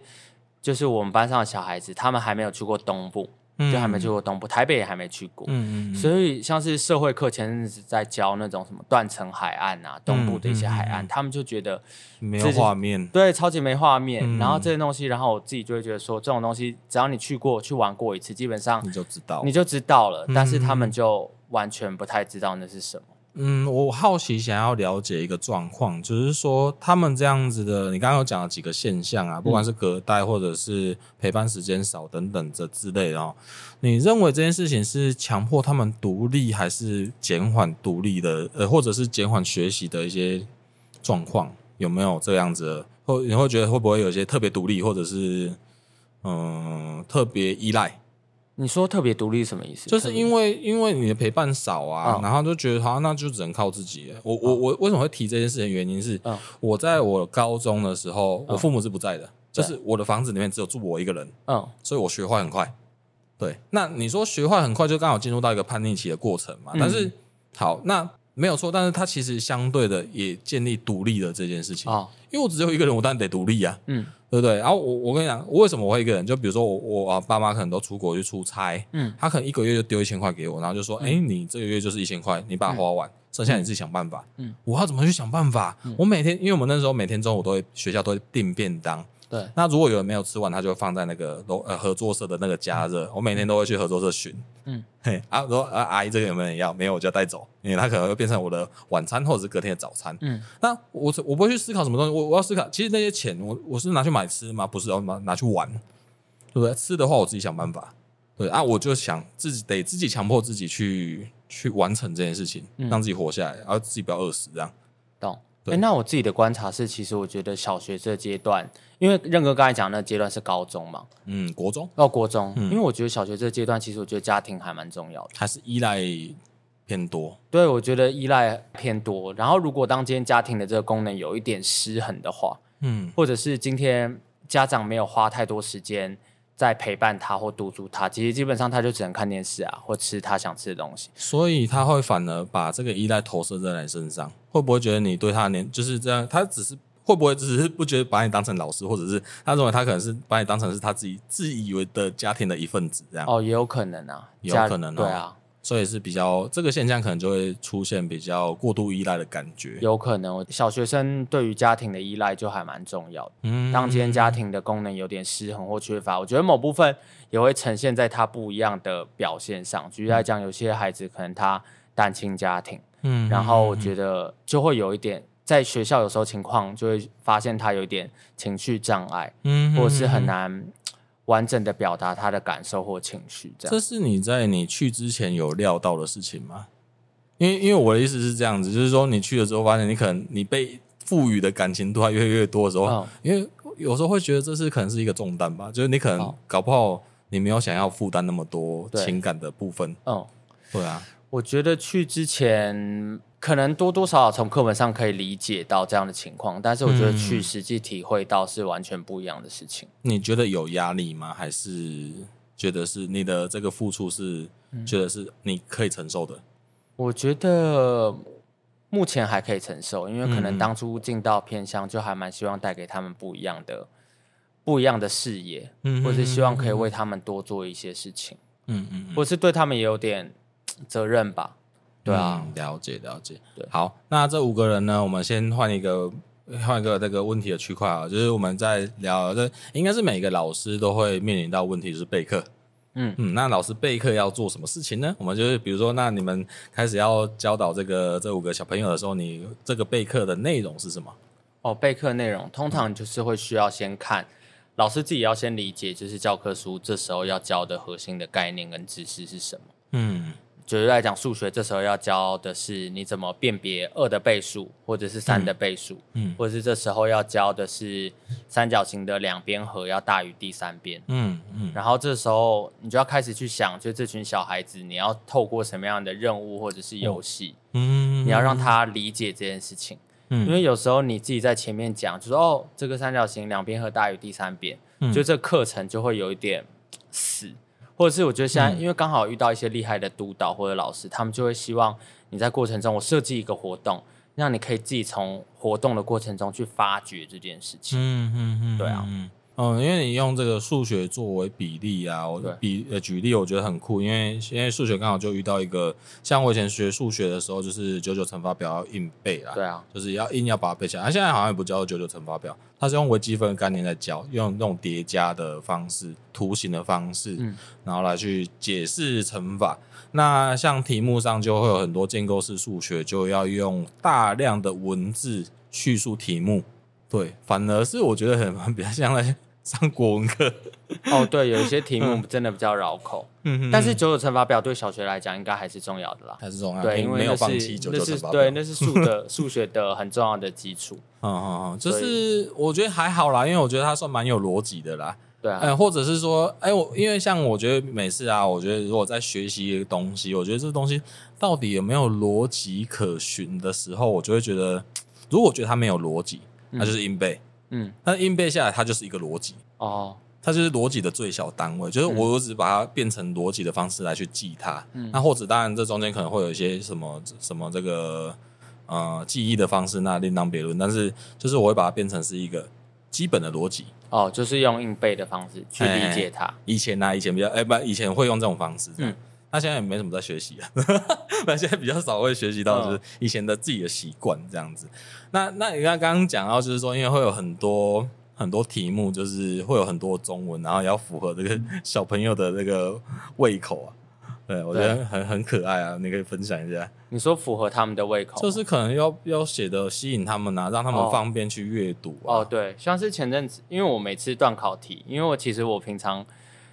S2: 就是我们班上的小孩子，他们还没有去过东部，嗯就还没去过东部，台北也还没去过。
S1: 嗯
S2: 所以像是社会课前阵子在教那种什么断层海岸啊，东部的一些海
S1: 嗯
S2: 岸，他们就觉得
S1: 没有画面，
S2: 对超级没画面。
S1: 嗯
S2: 然后这些东西，然后我自己就会觉得说，这种东西只要你去过、去玩过一次，基本上
S1: 你就知道
S2: 你。就知道了。但是他们就完全不太知道那是什么。
S1: 嗯，我好奇想要了解一个状况，就是说他们这样子的，你刚刚有讲了几个现象啊，不
S2: 嗯
S1: 管是隔代或者是陪伴时间少等等这之类的哦，你认为这件事情是强迫他们独立，还是减缓独立的，呃，或者是减缓学习的一些状况？有没有这样子的？或你会觉得会不会有一些特别独立，或者是嗯、特别依赖？
S2: 你说特别独立是什么意思？
S1: 就是因为因为你的陪伴少啊，
S2: 嗯
S1: 然后就觉得好像那就只能靠自己了。我我我为什么会提这件事情？原因是
S2: 嗯
S1: 我在我高中的时候，我父母是不在的，就
S2: 对
S1: 是我的房子里面只有住我一个人，
S2: 嗯
S1: 所以我学坏很快。对，那你说学坏很快，就刚好进入到一个叛逆期的过程嘛。
S2: 嗯
S1: 但是好，那没有错，但是他其实相对的也建立独立的这件事情，
S2: 哦
S1: 因为我只有一个人，我当然得独立啊。
S2: 嗯
S1: 对不对？然后我我跟你讲，我为什么我会一个人？就比如说我我啊爸妈可能都出国去出差，
S2: 嗯
S1: 他可能一个月就丢一千块给我，然后就说：“哎、你这个月就是一千块，你把它花完，剩下你自己想办法。”
S2: 嗯，
S1: 我要怎么去想办法？我每天，因为我们那时候每天中午都会学校都会订便当，
S2: 对
S1: 那如果有人没有吃完，他就会放在那个楼呃合作社的那个加热。我每天都会去合作社巡，
S2: 嗯，
S1: 嘿啊，如果啊阿姨这个有没有人要？没有我就要带走，因为它可能会变成我的晚餐或者是隔天的早餐。
S2: 嗯
S1: 那我我不会去思考什么东西，我我要思考，其实那些钱我我是拿去买吃吗？不是，要拿拿去玩，对不对？吃的话我自己想办法，对啊，我就想自己得自己强迫自己去去完成这件事情，
S2: 嗯
S1: 让自己活下来，然后自己不要饿死这样。
S2: 懂。
S1: 对
S2: 诶那我自己的观察是，其实我觉得小学这阶段，因为任哥刚才讲的那阶段是高中嘛，
S1: 嗯，国中
S2: 到国中，
S1: 嗯
S2: 因为我觉得小学这阶段，其实我觉得家庭还蛮重要的。
S1: 还是依赖偏多，
S2: 对，我觉得依赖偏多。然后，如果当今天家庭的这个功能有一点失衡的话，
S1: 嗯
S2: 或者是今天家长没有花太多时间在陪伴他或督促他，其实基本上他就只能看电视啊，或吃他想吃的东西。
S1: 所以他会反而把这个依赖投射在你身上，会不会觉得你对他的年就是这样？他只是会不会只是不觉得把你当成老师，或者是他认为他可能是把你当成是他自己自以为的家庭的一份子这样？
S2: 哦，也有可能啊，
S1: 有
S2: 家
S1: 可能哦
S2: 对啊，
S1: 所以是比较这个现象，可能就会出现比较过度依赖的感觉。
S2: 有可能。我小学生对于家庭的依赖就还蛮重要的。
S1: 嗯
S2: 当今天家庭的功能有点失衡或缺乏，我觉得某部分也会呈现在他不一样的表现上。举例来讲，有些孩子可能他单亲家庭，
S1: 嗯
S2: 然后我觉得就会有一点在学校有时候情况就会发现他有一点情绪障碍，
S1: 嗯
S2: 或者是很难完整的表达他的感受或情绪这样。
S1: 这是你在你去之前有料到的事情吗？因为因为我的意思是这样子，就是说你去了之后，发现你可能你被赋予的感情度还越来越多的时候，
S2: 嗯
S1: 因为有时候会觉得这是可能是一个重担吧，就是你可能
S2: 哦
S1: 搞不好你没有想要负担那么多
S2: 对
S1: 情感的部分，
S2: 嗯，
S1: 对啊，
S2: 我觉得去之前可能多多少少从课本上可以理解到这样的情况，但是我觉得去
S1: 嗯
S2: 实际体会到是完全不一样的事情。
S1: 你觉得有压力吗？还是觉得是你的这个付出是、
S2: 嗯
S1: 觉得是你可以承受的？
S2: 我觉得目前还可以承受，因为可
S1: 嗯
S2: 能当初进到偏乡，就还蛮希望带给他们不一样的、不一样的视野，
S1: 嗯
S2: 或者是希望可以为他们多做一些事情，
S1: 嗯嗯嗯
S2: 或是对他们也有点责任吧。对啊，
S1: 嗯了解了解。
S2: 对
S1: 好，那这五个人呢，我们先换一个换一个这个问题的区块啊，就是我们在聊这应该是每个老师都会面临到问题，就是备课。
S2: 嗯
S1: 嗯，那老师备课要做什么事情呢？我们就是比如说，那你们开始要教导这个这五个小朋友的时候，你这个备课的内容是什么？
S2: 哦，备课内容通常就是会需要先看。老师自己要先理解，就是教科书这时候要教的核心的概念跟知识是什么。
S1: 嗯
S2: 举例来讲，数学这时候要教的是你怎么辨别二的倍数或者是三的倍数，
S1: 嗯
S2: 或者是这时候要教的是三角形的两边和要大于第三边。
S1: 嗯嗯
S2: 然后这时候你就要开始去想，就这群小孩子，你要透过什么样的任务或者是游戏，
S1: 嗯
S2: 你要让他理解这件事情。
S1: 嗯
S2: 因为有时候你自己在前面讲，就说哦，这个三角形两边和大于第三边，
S1: 嗯
S2: 就这课程就会有一点死，或者是我觉得现在、
S1: 嗯
S2: 因为刚好遇到一些厉害的督导或者老师，他们就会希望你在过程中，我设计一个活动，让你可以自己从活动的过程中去发掘这件事情。
S1: 嗯嗯嗯，
S2: 对啊
S1: 嗯，嗯，因为你用这个数学作为比例啊，我
S2: 对
S1: 比呃举例，我觉得很酷，因为因为数学刚好就遇到一个，像我以前学数学的时候，就是九九乘法表要硬背啦，
S2: 对啊，
S1: 就是要硬要把它背起来。它现在好像也不叫九九乘法表，它是用微积分的概念在教，用那种叠加的方式、图形的方式，
S2: 嗯
S1: 然后来去解释乘法。那像题目上就会有很多建构式数学，就要用大量的文字叙述题目。对，反而是我觉得很 比较像在上国文课。
S2: 哦，对，有一些题 目真的比较绕口，
S1: 嗯
S2: 但是九九乘法表对小学来讲应该还是重要的啦。
S1: 还是重要，
S2: 对，
S1: 你
S2: 因为
S1: 啊没有
S2: 那
S1: 放
S2: 是
S1: 弃九
S2: 那
S1: 九
S2: 是
S1: 乘法表。
S2: 对，那是数的数学的很重要的基础。
S1: 嗯嗯嗯，就
S2: 所
S1: 是我觉得还好啦，因为我觉得它算蛮有逻辑的啦。
S2: 对啊，
S1: 嗯，或者是说，哎、我因为像我觉得每次啊，我觉得如果在学习一个东西，我觉得这东西到底有没有逻辑可循的时候，我就会觉得，如果我觉得它没有逻辑，那就是硬背。
S2: 嗯，
S1: 那、硬背下来，它就是一个逻辑，
S2: 哦，
S1: 它就是逻辑的最小单位，就是我只把它变成逻辑的方式来去记它。那或者当然，这中间可能会有一些什么什么这个呃记忆的方式，那另当别论。但是就是我会把它变成是一个基本的逻辑。
S2: 哦，就是用硬背的方式去理解它。
S1: 以前呢、啊，以前比较哎、不，以前会用这种方式，嗯
S2: 嗯，
S1: 那现在也没什么在学习啊， 那现在比较少会学习
S2: 哦
S1: 到就是以前的自己的习惯这样子。那那你刚刚讲到就是说，因为会有很多很多题目，就是会有很多中文，然后也要符合这个小朋友的那个胃口啊。对，我觉得很很可爱啊，你可以分享一下，
S2: 你说符合他们的胃口吗，
S1: 就是可能要要写的吸引他们啊，让他
S2: 哦
S1: 们方便去阅读啊。
S2: 哦，对，像是前阵子，因为我每次断考题，因为我其实我平常，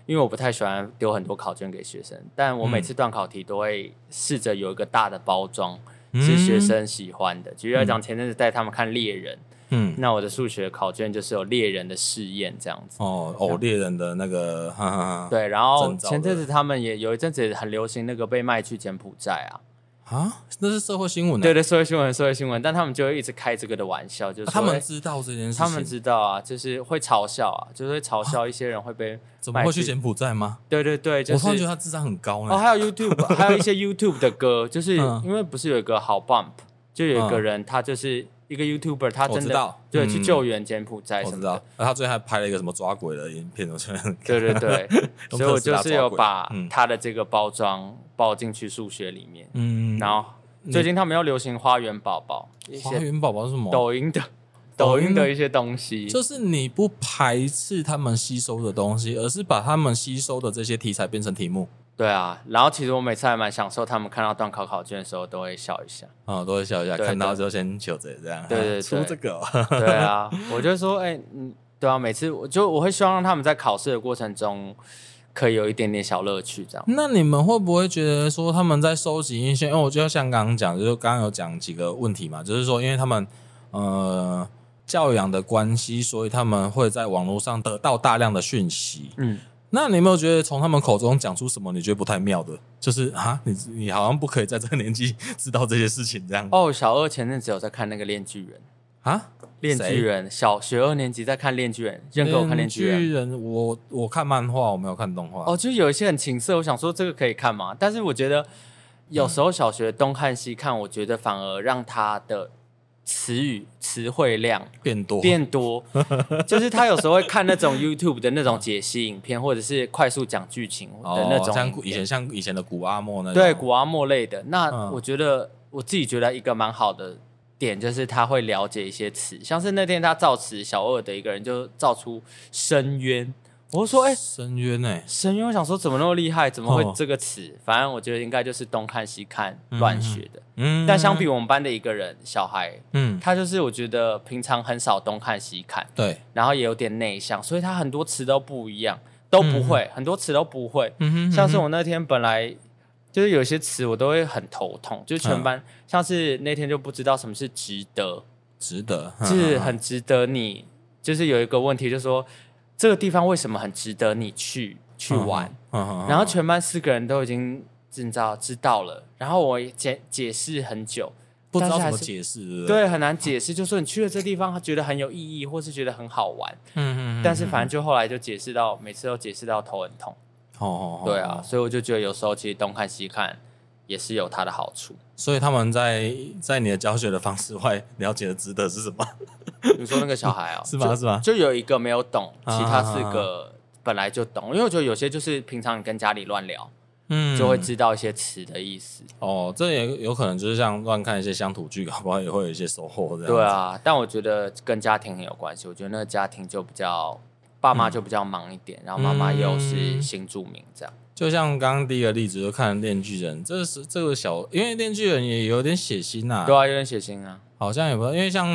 S2: 因为我不太喜欢丢很多考卷给学生，但我每次断考题都会试着有一个大的包装、
S1: 嗯
S2: 是学，生喜欢的。举例来讲，前阵子带他们看猎人，
S1: 嗯，
S2: 那我的数学考卷就是有猎人的试验这样子。
S1: 哦哦，猎人的那个，哈哈哈，
S2: 对，然后
S1: 证照
S2: 前阵
S1: 的
S2: 子他们也有一阵子很流行那个被卖去柬埔寨啊，
S1: 啊，那是社会新闻、啊。
S2: 对对，社会新闻，社会新闻，但他们就会一直开这个的玩笑，就是
S1: 啊他
S2: 说
S1: 们
S2: 哎
S1: 知道这件事情，
S2: 他们知道啊，就是会嘲笑啊，就是会嘲笑一些人会被
S1: 怎么
S2: 卖
S1: 会去柬埔寨吗？
S2: 对对对，就
S1: 我突然觉
S2: 是
S1: 得他智商很高呢。
S2: 哦，还 有 YouTube，还有一些 YouTube 的歌，就是
S1: 嗯
S2: 因为不是有一个好 Bump，就有一个
S1: 嗯
S2: 人他就是一个 YouTuber，他
S1: 我
S2: 真
S1: 知
S2: 的
S1: 道，
S2: 对
S1: 嗯
S2: 去救援柬埔寨
S1: 我
S2: 什
S1: 知
S2: 么
S1: 道
S2: 的，，
S1: 然后他最近还拍了一个什么抓鬼的影片，我觉得很
S2: 对对 对，
S1: 用
S2: 所以我
S1: 特斯
S2: 就
S1: 拉
S2: 是
S1: 抓
S2: 有
S1: 鬼
S2: 把
S1: 嗯
S2: 他的这个包装包进去数学里面，
S1: 嗯。
S2: 然后最近他们又流行花园宝宝一
S1: 花
S2: 些
S1: 园宝宝是什么？
S2: 抖音的抖
S1: 抖
S2: 音
S1: 音
S2: 的一些东西，
S1: 就是你不排斥他们吸收的东西，而是把他们吸收的这些题材变成题目
S2: 对啊，然后其实我每次还蛮享受他们看到断考考卷的时候都会笑一下。
S1: 啊，都会笑一下，
S2: 对
S1: 看到之后先求着这样，
S2: 对对对
S1: 出这个哦
S2: 对啊，我就说，哎、嗯，对啊，每次我就我会希望让他们在考试的过程中可以有一点点小乐趣，这样。
S1: 那你们会不会觉得说他们在收集一些？因为我就像刚刚讲，就是刚刚有讲几个问题嘛，就是说因为他们呃教养的关系，所以他们会在网络上得到大量的讯息。
S2: 嗯，
S1: 那你有没有觉得从他们口中讲出什么你觉得不太妙的？就是啊，你你好像不可以在这个年纪知道这些事情这样
S2: 哦，小二前阵子有在看那个《链巨人》，
S1: 啊？
S2: 《链巨人》小学二年级在看《链巨人》，认哥我看《链巨人》。
S1: 巨人，我我看漫画，我没有看动画。
S2: 哦，就是有一些很情色，我想说这个可以看吗？但是我觉得有时候小学东看西看，我觉得反而让他的词语词汇量
S1: 变多
S2: 变多，就是他有时候会看那种 YouTube 的那种解析影片，或者是快速讲剧情的那
S1: 哦
S2: 种
S1: 像
S2: 影
S1: 古
S2: 片。
S1: 以前像以前的古阿莫那种
S2: 对古阿莫类的。那
S1: 嗯
S2: 我觉得、我自己觉得一个蛮好的点就是他会了解一些词，像是那天他造词小二的一个人就造出深渊，我就说哎。
S1: 深渊哎、
S2: 深渊，我想说怎么那么厉害？怎么会
S1: 哦
S2: 这个词？反正我觉得应该就是东看西看乱学的。
S1: 嗯，
S2: 但相比我们班的一个人小孩，
S1: 嗯，
S2: 他就是我觉得平常很少东看西看，
S1: 对，
S2: 然后也有点内向，所以他很多词都不一样，都不会，很多词都不会。
S1: 嗯哼
S2: 像是我那天本来就是有些词我都会很头痛，就是全
S1: 嗯
S2: 班、像是那天就不知道什么是值得，
S1: 值得，嗯
S2: 就是很值得你，就是有一个问题，就是说这个地方为什么很值得你去去玩，
S1: 嗯，嗯嗯
S2: 然后全班四个人都已经知道知道了，然后我也解解释很久，
S1: 不知道
S2: 但
S1: 怎
S2: 是还
S1: 么
S2: 是
S1: 解释，不，
S2: 对，很难解释，就说你去了这地方，觉得很有意义，或是觉得很好玩，
S1: 嗯嗯，
S2: 但是反正就后来就解释到，每次都解释到头很痛。
S1: 哦，哦
S2: 啊对啊，，所以我就觉得有时候其实东看西看也是有它的好处。
S1: 所以他们在在你的教学的方式外，了解的值得是什么？
S2: 你说那个小孩哦、
S1: 是吧
S2: 就是
S1: 吧
S2: 就有一个没有懂，
S1: 啊
S2: 其他四个本来就懂，因为我觉得有些就是平常你跟家里乱聊，
S1: 嗯
S2: 就会知道一些词的意思。
S1: 哦，这也有可能就是像乱看一些乡土剧，搞不好也会有一些收获这样。
S2: 对，啊，但我觉得跟家庭很有关系。我觉得那个家庭就比较，爸妈就比较忙一点，然后妈妈又是新住民这样。
S1: 就像刚刚第一个例子，就看《恋巨人》，这是这个小，因为《恋巨人》也有点血腥呐、
S2: 对啊，有点血腥啊。
S1: 好像也不，因为像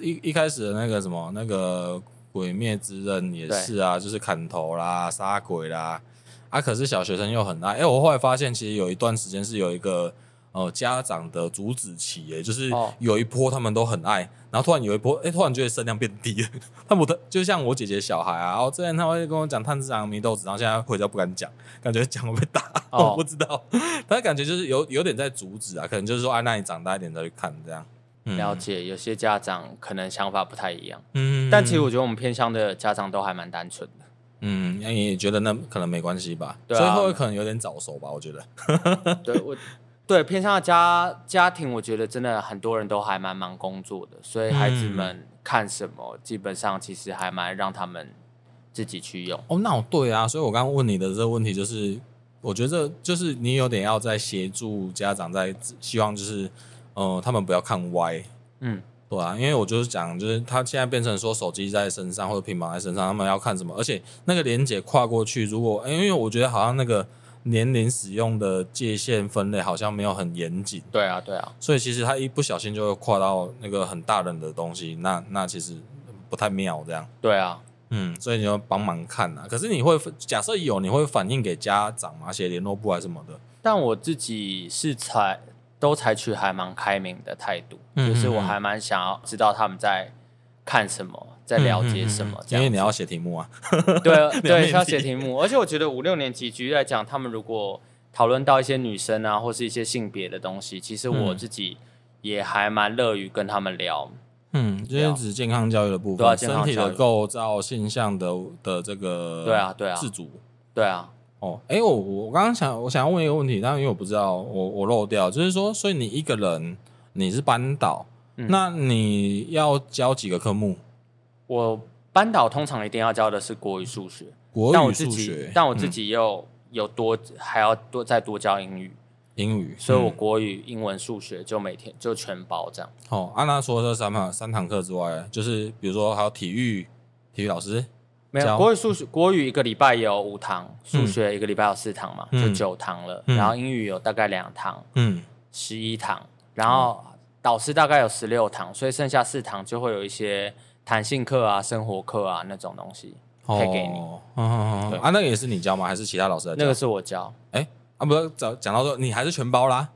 S1: 一一开始的那个什么那个《鬼灭之刃》也是啊，就是砍头啦、杀鬼啦，啊，可是小学生又很爱。哎、我后来发现，其实有一段时间是有一个呃家长的阻止期耶，就是
S2: 哦
S1: 有一波他们都很爱，然后突然有一波，哎、突然觉得声量变低了。 他们的就像我姐姐小孩啊，然后之前他会跟我讲炭治郎、祢豆子，然后现在回家不敢讲，感觉讲会被打，
S2: 哦
S1: 我不知道，但是感觉就是有有点在阻止啊，可能就是说，哎、那你长大一点再去看这样。嗯
S2: 了解，有些家长可能想法不太一样，
S1: 嗯
S2: 但其实我觉得我们偏乡的家长都还蛮单纯的。
S1: 嗯，那你也觉得那可能没关系吧？
S2: 对啊
S1: 所以会不会可能有点早熟吧？我觉得，
S2: 对我， 对偏向的家家庭，我觉得真的很多人都还蛮忙工作的，所以孩
S1: 嗯
S2: 子们看什么，基本上其实还蛮让他们自己去用。
S1: 哦，那我对啊，所以我刚刚问你的这个问题就是，我觉得这就是你有点要在协助家长在希望就是，呃，他们不要看歪，
S2: 嗯，
S1: 对啊，因为我就是讲，就是他现在变成说手机在身上或者平板在身上，他们要看什么，而且那个连接跨过去，如果、哎因为我觉得好像那个年龄使用的界限分类好像没有很严谨。
S2: 对啊，对啊，
S1: 所以其实他一不小心就会跨到那个很大人的东西，那那其实不太妙这样。
S2: 对啊。
S1: 嗯，所以你要帮忙看啊。可是你会假设有，你会反映给家长吗？写联络簿还是什么的？
S2: 但我自己是采都采取还蛮开明的态度，
S1: 嗯
S2: 就是
S1: 嗯
S2: 我
S1: 嗯
S2: 还蛮想要知道他们在看什么，在了
S1: 嗯
S2: 解什么，这
S1: 因为
S2: 样
S1: 你要写题目啊。
S2: 对
S1: 两面
S2: 对，是要
S1: 皮
S2: 写题目。而且我觉得五六年级局来讲，他们如果讨论到一些女生啊，或是一些性别的东西，其实我
S1: 嗯
S2: 自己也还蛮乐于跟他们聊。
S1: 嗯，就是指健康教育的部分，
S2: 对啊健
S1: 身
S2: 康
S1: 体
S2: 教
S1: 的
S2: 育
S1: 构造、性向的的这个
S2: 对啊对啊
S1: 自主。
S2: 对啊，
S1: 哦，哎、我我我刚刚想我想要问一个问题，但因为我不知道，我我漏掉，就是说，所以你一个人你是班导，
S2: 嗯
S1: 那你要教几个科目？
S2: 我班导通常一定要教的是国语、数学，
S1: 国
S2: 但我
S1: 语、
S2: 自
S1: 数
S2: 己
S1: 学，，
S2: 但我
S1: 嗯
S2: 自己又、有多还要多再多教英语，
S1: 英语，
S2: 所以我
S1: 嗯
S2: 国语、英文、数学就每天就全包这样。
S1: 哦，安娜除了这三堂三堂课之外，就是比如说还有体育，体育老师，
S2: 没有
S1: 教
S2: 国语、数学、国语一个礼拜有五堂，数
S1: 嗯
S2: 学一个礼拜有四堂嘛，
S1: 嗯
S2: 就九堂了。
S1: 嗯
S2: 然后英语有大概两堂，
S1: 嗯，
S2: 十一堂，然后导师大概有十六堂，所以剩下四堂就会有一些弹性课啊、生活课啊那种东西，
S1: 哦，
S2: 配给你
S1: 嗯嗯嗯
S2: 对
S1: 啊，那个也是你教吗？还是其他老师来教？
S2: 那个是我教。
S1: 啊，不是讲讲到说你还是全包啦，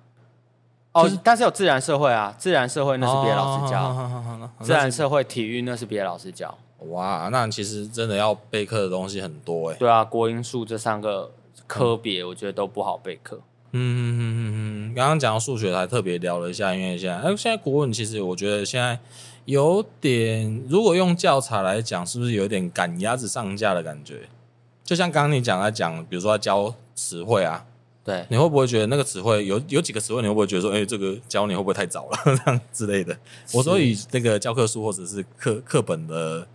S2: 哦
S1: 就是，
S2: 但是有自然社会啊，自然社会那是别的老师
S1: 哦
S2: 教，
S1: 好好好好好
S2: 自然社会、体育那是别的老师教。
S1: 哇，那其实真的要备课的东西很多哎、
S2: 对啊，国英数这三个科别，我觉得都不好备课。
S1: 嗯嗯嗯嗯嗯，刚刚讲到数学还特别聊了一下，因为现在哎、现在国文其实我觉得现在有点，如果用教材来讲，是不是有点赶鸭子上架的感觉？就像刚刚你讲在讲，比如说在教词汇啊，
S2: 嗯对，
S1: 你会不会觉得那个词汇有有几个词汇，你会不会觉得说，哎、这个教你会不会太早了 这样之类的？我说以那个教科书或者是课课本的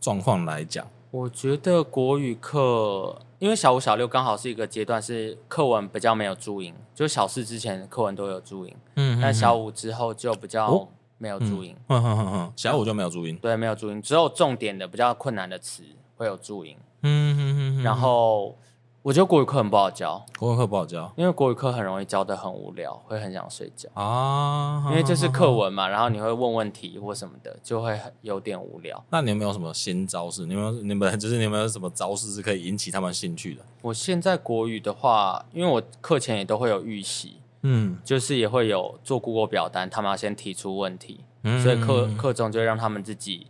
S1: 状况来讲，
S2: 我觉得国语课，因为小五、小六刚好是一个阶段，是课文比较没有注音，就小四之前课文都有注音，
S1: 嗯
S2: 但小五之后就比较
S1: 哦
S2: 没有注音。
S1: 嗯哼哼哼，小五就没有注音，
S2: 对，没有注音，只有重点的比较困难的词会有注音。
S1: 嗯哼哼哼
S2: 然后我觉得国语课很不好教，
S1: 国文课不好教
S2: 因为国语课很容易教的很无聊，会很想睡觉。
S1: 啊，
S2: 因为这是课文嘛，然后你会问问题或什么的，就会很有点无聊。
S1: 那你有没有什么新招式？你有没有你们就是你有没有什么招式是可以引起他们兴趣的？
S2: 我现在国语的话，因为我课前也都会有预习，
S1: 嗯，
S2: 就是也会有做 Google 表单，他们要先提出问题，
S1: 嗯
S2: 所以课课中就会让他们自己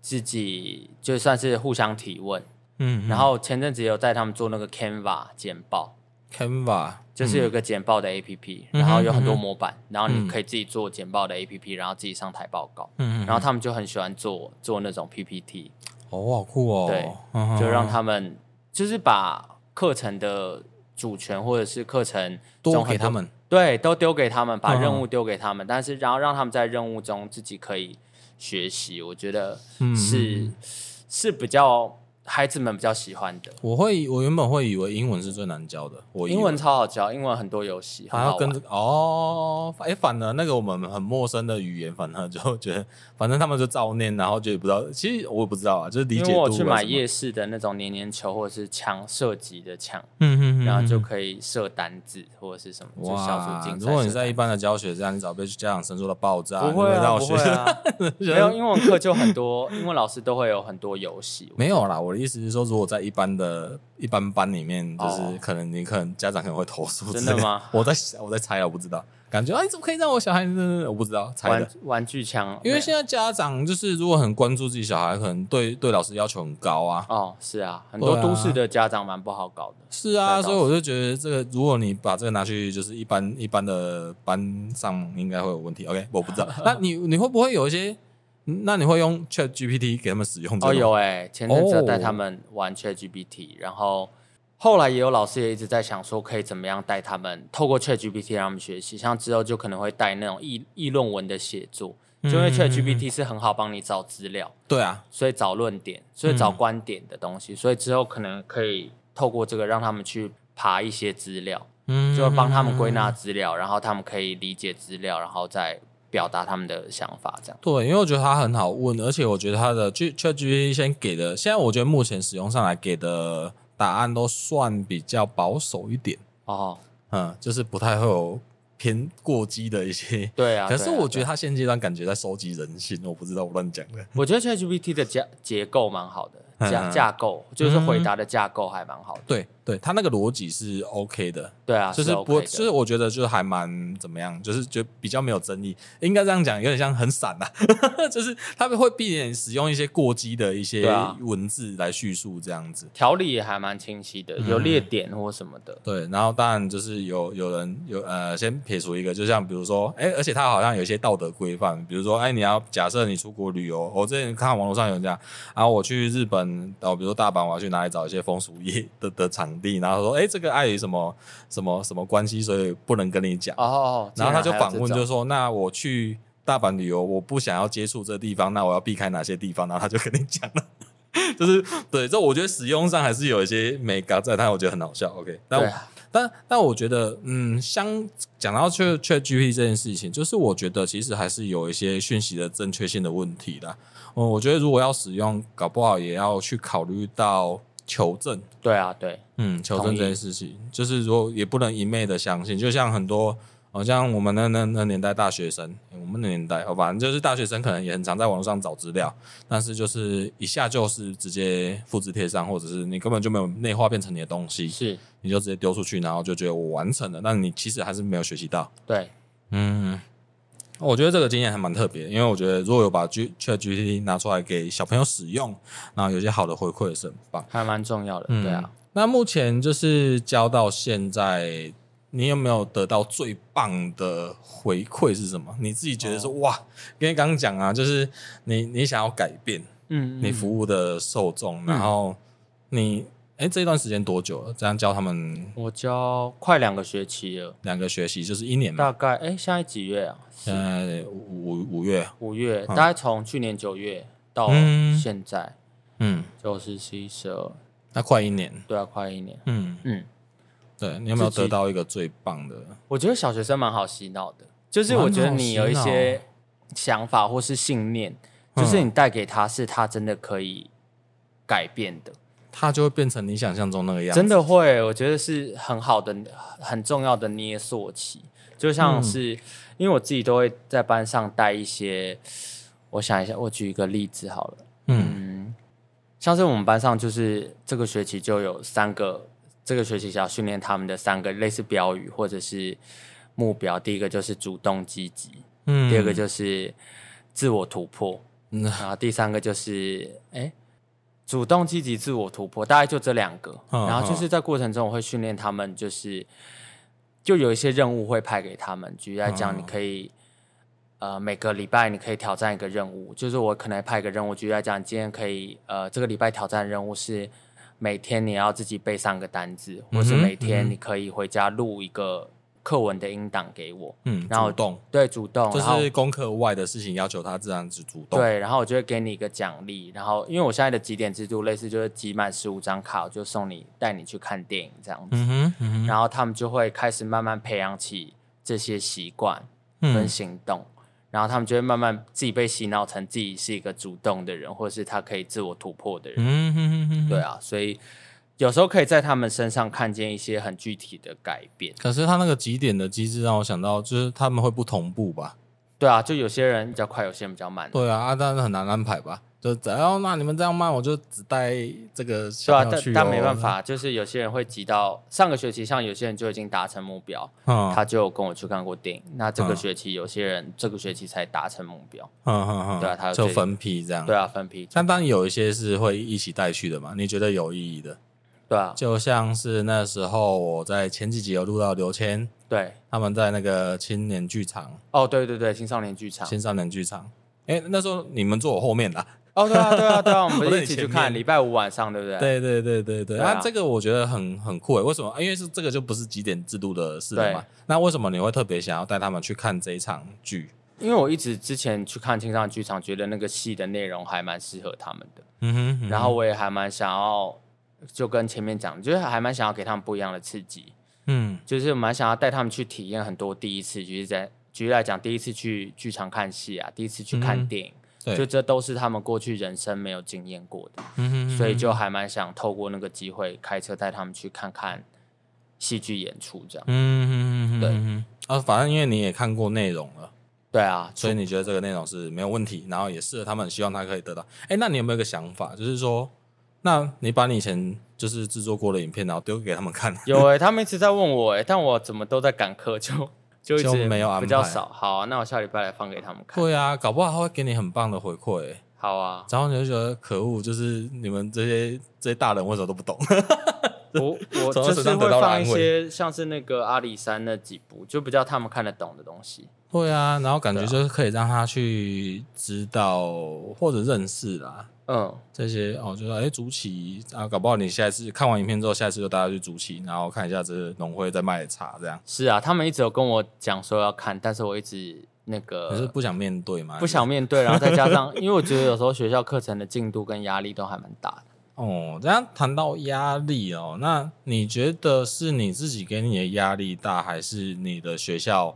S2: 自己就算是互相提问。
S1: 嗯
S2: 然后前阵子也有带他们做那个 Canva 简报，
S1: Canva
S2: 就是有一个简报的 APP，、
S1: 嗯
S2: 然后
S1: 嗯哼
S2: 有很多
S1: 嗯哼
S2: 模板，然后
S1: 嗯
S2: 你可以自己做简报的 APP，然后自己上台报告。
S1: 嗯，
S2: 然后他们就很喜欢做做那种 PPT，
S1: 哦好酷哦，
S2: 对，就让他们就是把课程的主权或者是课程中
S1: 多
S2: 很
S1: 给他们，
S2: 对，都丢给他们，把
S1: 嗯
S2: 任务丢给他们，但是然后让他们在任务中自己可以学习，我觉得
S1: 嗯
S2: 是、是比较孩子们比较喜欢的。
S1: 我会我原本会以为英文是最难教的，我以为
S2: 英文超好教，英文很多游戏，很
S1: 还
S2: 好
S1: 要跟
S2: 玩。
S1: 着哦，哎、反而那个我们很陌生的语言，反而就觉得，反正他们就照念，然后就也不知道，其实我也不知道啊，就是理
S2: 因
S1: 解
S2: 为
S1: 度啊
S2: 我
S1: 什么。
S2: 去买夜市的那种黏黏球或者是枪射击的枪，
S1: 嗯，嗯嗯嗯，
S2: 然后就可以射单子或者是什么，就小
S1: 哇
S2: 组竞，赛。
S1: 如果你在一般的教学这样，你早被家长申诉到爆炸，
S2: 不会
S1: 你
S2: 啊，
S1: 到
S2: 不
S1: 学
S2: 会
S1: 校、
S2: 啊，没有英文课就很多，英文老师都会有很多游戏。
S1: 没有啦。我的意思是说，如果在一般的一般班里面，就
S2: 哦
S1: 是可能你可能家长可能会投诉之类，
S2: 真的吗
S1: 我在我在猜啊，我不知道，感觉哎，怎么可以让我小孩子？我不知道，猜
S2: 玩
S1: 的。
S2: 玩具枪，
S1: 因为
S2: 没
S1: 现在家长就是如果很关注自己小孩，可能对对老师要求很高啊。
S2: 哦，是啊，很
S1: 对
S2: 多
S1: 啊
S2: 都市的家长蛮不好搞的。
S1: 是
S2: 对倒
S1: 啊，
S2: 是
S1: 所以我就觉得这个，如果你把这个拿去就是一般一般的班上，应该会有问题。OK，我不 知道。那你你会不会有一些？嗯那你会用 Chat GPT 给他们使用这
S2: 哦，
S1: 个吗？
S2: 有哎、前阵子
S1: 哦
S2: 带他们玩 ChatGPT，、然后后来也有老师也一直在想说，可以怎么样带他们透过 ChatGPT 让他们学习，像之后就可能会带那种议议论文的写作，就因为
S1: 嗯
S2: ChatGPT 是很好帮你找资料，
S1: 对啊，
S2: 所以找论点，所以找观点的东西，所以之后可能可以透过这个让他们去爬一些资料，
S1: 嗯
S2: 就帮他们归纳。资料，然后他们可以理解资料，然后再表达他们的想法，这样。
S1: 对，因为我觉得它很好问，而且我觉得它的 Chat GPT 先给的，现在我觉得目前使用上来给的答案都算比较保守一点，
S2: 哦，
S1: 嗯，就是不太会有偏过激的一些。
S2: 对啊。
S1: 可是
S2: 对啊
S1: 我觉
S2: 对啊
S1: 得它现阶段感觉在收集人心，我不知道我乱讲的。
S2: 我觉得 ChatGPT 的架结构蛮好的，架
S1: 嗯
S2: 架构就是回答的架构还蛮好的。
S1: 对，对，它那个逻辑是 OK 的，
S2: 对啊，
S1: 就是
S2: 是 OK
S1: 不，
S2: 的
S1: 就是我觉得就是还蛮怎么样，就是觉得比较没有争议，应该这样讲，有点像很散呐、 就是他们会避免使用一些过激的一些
S2: 对啊
S1: 文字来叙述这样子。
S2: 条理也还蛮清晰的，有列
S1: 嗯
S2: 点或什么的。
S1: 对，然后当然就是有有人有呃，先撇除一个，就像比如说，哎，而且他好像有一些道德规范，比如说，哎，你要假设你出国旅游，我之前看网络上有人讲，啊，我去日本，哦，比如说大阪，我要去哪里找一些风俗业的的场地，然后说，哎，这个碍于什么什么什么关系，所以不能跟你讲。
S2: 哦，
S1: 然后他就
S2: 竟还有
S1: 反问，
S2: 这
S1: 就
S2: 种
S1: 说：“那我去大阪旅游，我不想要接触这地方，那我要避开哪些地方？”然后他就跟你讲了， 就是对，这我觉得使用上还是有一些美感在，但我觉得很好笑。OK，但我、
S2: 对啊
S1: 但但我觉得，嗯，相讲到 Chat Chat GPT 这件事情，就是我觉得其实还是有一些讯息的正确性的问题的。嗯，我觉得如果要使用，搞不好也要去考虑到求证。
S2: 对啊，对，
S1: 嗯，求
S2: 同
S1: 证
S2: 意
S1: 这件事情，就是说也不能一昧的相信，就像很多，好、像我们那那那年代大学生，诶我们那年代，哦，反正就是大学生可能也很常在网络上找资料，但是就是一下就是直接复制贴上，或者是你根本就没有内化变成你的东西，
S2: 是，
S1: 你就直接丢出去，然后就觉得我完成了，但你其实还是没有学习到。
S2: 对，
S1: 嗯，我觉得这个经验还蛮特别，因为我觉得如果有把 G Chat GPT 拿出来给小朋友使用，然后有些好的回馈是很棒。
S2: 还蛮重要的。对啊，
S1: 那目前就是教到现在，你有没有得到最棒的回馈是什么？你自己觉得说、哇，因为刚刚讲啊，就是你你想要改变
S2: 嗯，
S1: 你
S2: 嗯
S1: 服务的受众，然后你哎、这段时间多久了？这样教他们
S2: 我教快两个学期了，
S1: 两个学期就是一年嘛，
S2: 大概哎，现在几月啊？
S1: 呃五五五月，
S2: 五月，大概从去年九月到
S1: 嗯
S2: 现在，
S1: 嗯，
S2: 就是十一、十二，
S1: 那快一年，
S2: 对啊，快一年。
S1: 嗯
S2: 嗯，
S1: 对你有没有
S2: 自己
S1: 得到一个最棒的？
S2: 我觉得小学生蛮好洗脑的，就是我觉得你有一些想法或是信念，
S1: 嗯
S2: 就是你带给他是他真的可以改变的，
S1: 它就会变成你想象中那个样子，
S2: 真的会，我觉得是很好的、很重要的捏塑期。就像是、因为我自己都会在班上带一些，我想一下，我举一个例子好了，
S1: 嗯
S2: 像是我们班上就是这个学期就有三个，这个学期想要训练他们的三个类似标语或者是目标，第一个就是主动积极，
S1: 嗯，
S2: 第二个就是自我突破，
S1: 嗯
S2: 然后第三个就是哎、诶主动积极自我突破，大概就这两个。
S1: 嗯
S2: 然后就是在过程中，我会训练他们，就是就有一些任务会派给他们，举例来讲，
S1: 嗯
S2: 你可以。呃，每个礼拜你可以挑战一个任务，就是我可能派一个任务，举例来讲，今天可以呃，这个礼拜挑战的任务是每天你要自己背上个单字，或是
S1: 嗯哼
S2: 每
S1: 嗯
S2: 天
S1: 哼
S2: 你可以回家录一个课文的音档给我，
S1: 嗯，
S2: 然后
S1: 主动，
S2: 对，主动，
S1: 就
S2: 然后
S1: 是功课外的事情要求他自然是主动。
S2: 对，然后我就会给你一个奖励，然后因为我现在的几点制度类似就是集满十五张卡，我就送你带你去看电影这样子，
S1: 嗯哼，嗯哼，
S2: 然后他们就会开始慢慢培养起这些习惯跟
S1: 嗯
S2: 行动，然后他们就会慢慢自己被洗脑成自己是一个主动的人，或是他可以自我突破的人。
S1: 嗯哼哼哼，
S2: 对。啊，所以有时候可以在他们身上看见一些很具体的改变。
S1: 可是他那个几点的机制让我想到，就是他们会不同步吧？
S2: 对啊，就有些人比较快，有些人比较慢。
S1: 对啊，啊，但是很难安排吧？就只要哦那你们这样慢，我就只带这个
S2: 对
S1: 小
S2: 啊，
S1: 朋友
S2: 但
S1: 去、哦
S2: 但没办，法，就是有些人会急到上个学期，像有些人就已经达成目标，
S1: 嗯
S2: 他就跟我去看过电影。那这个
S1: 嗯
S2: 学期有些人这个学期才达成目标，
S1: 嗯嗯嗯，
S2: 对啊他有
S1: 就
S2: 这个
S1: 分批这样。
S2: 对啊，分批，
S1: 但当然有一些是会一起带去的嘛，你觉得有意义的，
S2: 对啊，
S1: 就像是那时候我在前几集有录到刘谦，
S2: 对，
S1: 他们在那个青年剧场、
S2: 哦，对对对，青少年剧场，
S1: 青少年剧场，哎、那时候你们坐我后面啦，
S2: 哦，对啊，对啊，对啊，我 们
S1: 我
S2: 不
S1: 在
S2: 是
S1: 你
S2: 一起
S1: 前
S2: 去看
S1: 面
S2: 礼拜五晚上，对不对？
S1: 对对对对对，
S2: 对啊
S1: 那这个我觉得很很酷诶，为什么？因为是这个就不是几点制度的事了嘛，那为什么你会特别想要带他们去看这一场剧？
S2: 因为我一直之前去看青少年剧场，觉得那个戏的内容还蛮适合他们的，
S1: 嗯哼，嗯哼
S2: 然后我也还蛮想要，就跟前面讲，就是还蛮想要给他们不一样的刺激，
S1: 嗯
S2: 就是蛮想要带他们去体验很多第一次，就是在举例来讲，第一次去剧场看戏啊，第一次去看
S1: 嗯
S2: 电影，
S1: 对，
S2: 就这都是他们过去人生没有经验过的，
S1: 嗯哼嗯哼
S2: 所以就还蛮想透过那个机会开车带他们去看看戏剧演出这样。
S1: 嗯嗯嗯
S2: 对
S1: 嗯啊，反正因为你也看过内容了。
S2: 对啊，
S1: 所以你觉得这个内容是没有问题，然后也适合他们，希望他可以得到。哎，那你有没有一个想法，就是说，那你把你以前就是制作过的影片，然后丢给他们看，
S2: 有哎、他们一直在问我哎、但我怎么都在赶课，就就一
S1: 就
S2: 直
S1: 没有安
S2: 比较
S1: 排
S2: 少。好、啊，那我下礼拜来放给他们 看。
S1: 对啊，搞不好他会给你很棒的回馈、诶
S2: 好啊，
S1: 然后你就觉得可恶，就是你们这些这些大人为什么都不懂？
S2: 我我
S1: 从他身
S2: 就是
S1: 上得
S2: 会
S1: 到了
S2: 放一
S1: 安慰
S2: 些像是那个阿里山那几部，就比较他们看得懂的东西。
S1: 对啊，然后感觉
S2: 对啊
S1: 就是可以让他去知道或者认识啦。
S2: 嗯，
S1: 这些哦，就是哎，竹崎啊，搞不好你下一次看完影片之后，下一次就带他去竹崎，然后看一下这农会在卖的茶这样。
S2: 是啊，他们一直有跟我讲说要看，但是我一直那
S1: 可是
S2: 个
S1: 呃不想面对嘛？
S2: 不想面对，然后再加上，因为我觉得有时候学校课程的进度跟压力都还蛮大的。
S1: 哦，这样谈到压力哦，那你觉得是你自己给你的压力大，还是你的学校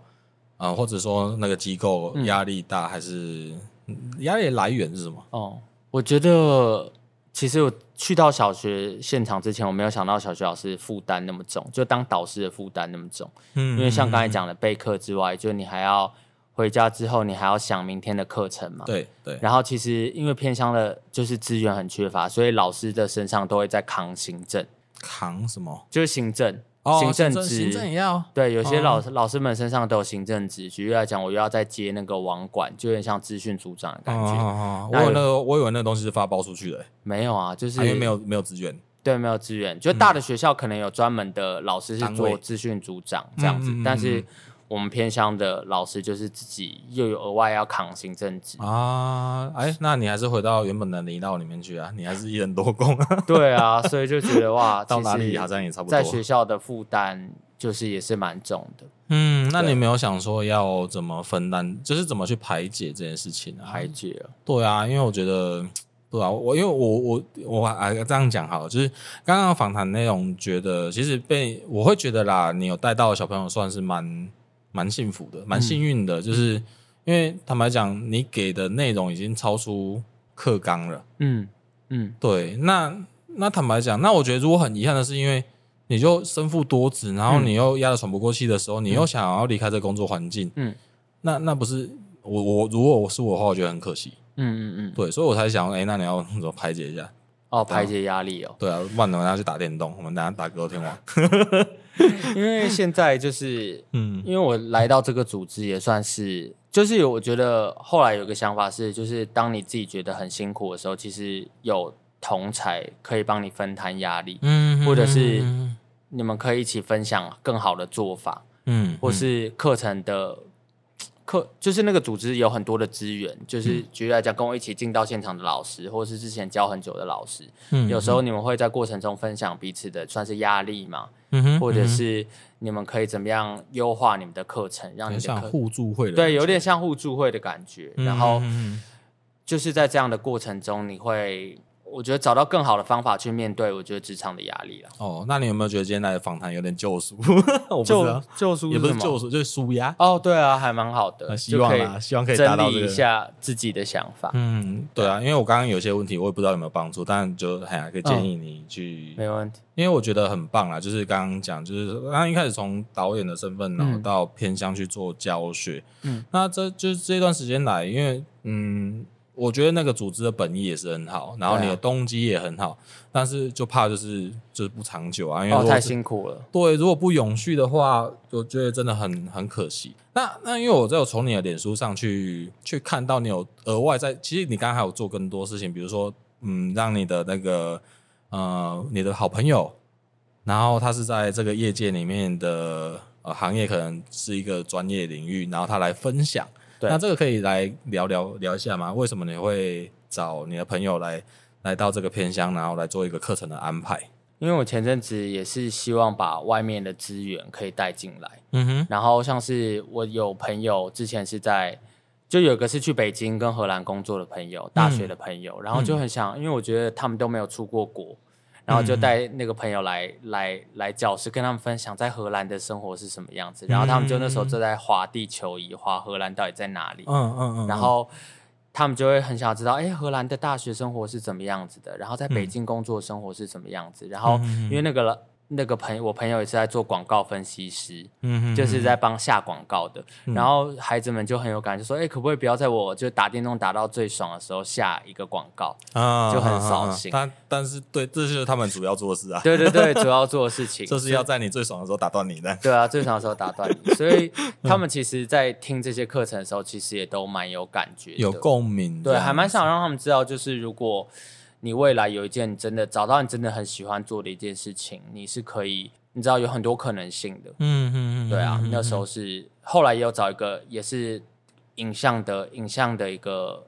S1: 啊、呃或者说那个机构
S2: 嗯
S1: 压力大，还是嗯压力的来源是什么？
S2: 哦，我觉得其实我去到小学现场之前，我没有想到小学老师负担那么重，就当导师的负担那么重。
S1: 嗯
S2: 因为像刚才讲的备课之外，就你还要回家之后，你还要想明天的课程嘛。。
S1: 嗯对对，
S2: 然后其实因为偏乡的，就是资源很缺乏，所以老师的身上都会在扛行政，
S1: 扛什么？
S2: 就是行政、
S1: 哦，
S2: 行政
S1: 政
S2: 职。
S1: 行也要
S2: 对，有些
S1: 哦
S2: 老师、老师们身上都有行政职，举例来讲，我又要再接那个网管，就有点像资讯组长的感
S1: 哦
S2: 觉。
S1: 哦哦我以为
S2: 那有
S1: 那个我以为那个东西是发包出去的、欸
S2: 没有啊，就是、
S1: 啊因为没有没有资源。
S2: 对没有资源，就大的学校可能有专门的老师是
S1: 单位
S2: 做资讯组长这样子，
S1: 嗯嗯嗯
S2: 但
S1: 嗯
S2: 是我们偏乡的老师就是自己又有额外要扛行政职。
S1: 啊，哎，那你还是回到原本的泥道里面去啊！你还是一人多功啊，
S2: 对啊，所以就觉得 哇，
S1: 到
S2: 其
S1: 哪里
S2: 实
S1: 好像也差不多。
S2: 在学校的负担就是也是蛮重的。
S1: 嗯，那
S2: 对啊
S1: 你没有想说要怎么分担，就是怎么去排解这件事情啊？
S2: 排解了，
S1: 对啊，因为我觉得，对啊，我因为我我我啊这样讲好了，就是刚刚访谈内容，觉得其实被我会觉得啦，你有带到的小朋友算是蛮蛮幸福的，蛮幸运
S2: 嗯
S1: 的，就是因为坦白讲，你给的内容已经超出课纲了。
S2: 嗯嗯，
S1: 对，那那坦白讲，那我觉得如果很遗憾的是，因为你就身负多职，然后
S2: 嗯
S1: 你又压得喘不过气的时候，你又想要离开这个工作环境，
S2: 嗯，
S1: 那那不是我我如果我是我的话，我觉得很可惜，
S2: 嗯嗯嗯，
S1: 对，所以我才想，哎、那你要怎么排解一下？
S2: 哦，排解压力哦，
S1: 对啊，不然等下去打电动，我们等下打格斗天王，
S2: 因为现在就是
S1: 嗯
S2: 因为我来到这个组织也算是，就是有我觉得后来有个想法是，就是当你自己觉得很辛苦的时候，其实有同才可以帮你分摊压力，
S1: 嗯
S2: 或者是你们可以一起分享更好的做法，
S1: 嗯
S2: 或是课程的。课就是那个组织有很多的资源，
S1: 嗯
S2: 就是举例来讲，跟我一起进到现场的老师，或是之前教很久的老师，
S1: 嗯
S2: 有时候你们会在过程中分享彼此的算是压力嘛，
S1: 嗯哼
S2: 或者
S1: 嗯哼
S2: 是你们可以怎么样优化你们的课程，让
S1: 很
S2: 你的
S1: 像
S2: 课
S1: 互助会的感觉，
S2: 对有点像互助会的感觉，
S1: 嗯，
S2: 然后
S1: 嗯
S2: 就是在这样的过程中，你会我觉得找到更好的方法去面对我觉得职场的压力了。
S1: 哦，那你有没有觉得今天来的访谈有点救赎？ 我不知道，
S2: 救赎
S1: 也不是
S2: 什么
S1: 救赎，就是舒压。
S2: 哦，对啊，还蛮好
S1: 呃
S2: 的，
S1: 希望
S2: 就可以
S1: 啊，希望可以达
S2: 整
S1: 到
S2: 理
S1: 这
S2: 一
S1: 个。
S2: 下自己的想法。
S1: 嗯，对啊，因为我刚刚有些问题，我也不知道有没有帮助，但就哎呀，可以建
S2: 嗯
S1: 议你去
S2: 没问题，
S1: 因为我觉得很棒啦，就是刚刚讲，就是刚刚一开始从导演的身份，然后到偏向去做教学，
S2: 嗯，
S1: 那这就是这段时间来，因为嗯，我觉得那个组织的本意也是很好，然后你
S2: 对
S1: 的
S2: 啊
S1: 动机也很好，但是就怕就是就是不长久啊，因为
S2: 哦，
S1: 如果
S2: 太
S1: 是
S2: 辛苦了。
S1: 对，如果不永续的话，我觉得真的很很可惜。那那因为我在有从你的脸书上去去看到你有额外在，其实你刚刚还有做更多事情，比如说嗯，让你的那个呃你的好朋友，然后他是在这个业界里面的呃行业可能是一个专业领域，然后他来分享。
S2: 对
S1: 那这个可以来聊聊聊一下吗？为什么你会找你的朋友来来到这个偏乡，然后来做一个课程的安排？
S2: 因为我前阵子也是希望把外面的资源可以带进来，
S1: 嗯哼，
S2: 然后像是我有朋友之前是在，就有一个是去北京跟荷兰工作的朋友，大学的朋友，然后就很想，因为我觉得他们都没有出过国，然后就带那个朋友来来来教室跟他们分享在荷兰的生活是什么样子，然后他们就那时候就在划地球仪，划荷兰到底在哪里，
S1: 嗯嗯嗯，
S2: 然后他们就会很想知道，哎，荷兰的大学生活是怎么样子的，然后在北京工作生活是怎么样子，然后因为那个了。那个朋友，我朋友也是在做广告分析师，
S1: 嗯哼
S2: 就是在帮下广告的。然后孩子们就很有感，就说：“哎、可不可以不要在我就打电动打到最爽的时候下一个广告
S1: 啊
S2: 就很扫兴
S1: 但但是对，这就是他们主要做的事啊？”，
S2: 对对 对，主要做的事情
S1: 就 是要在你最爽的时候打断你的。
S2: 对啊，最长的时候打断你。所以他们其实，在听这些课程的时候，其实也都蛮有感觉的，
S1: 有共鸣，
S2: 对，还蛮想让他们知道，就是如果你未来有一件真的找到你真的很喜欢做的一件事情，你是可以，你知道有很多可能性的。
S1: 嗯嗯
S2: 对啊，那时
S1: 候
S2: 候是后来也有找一个也是影像的影像的一个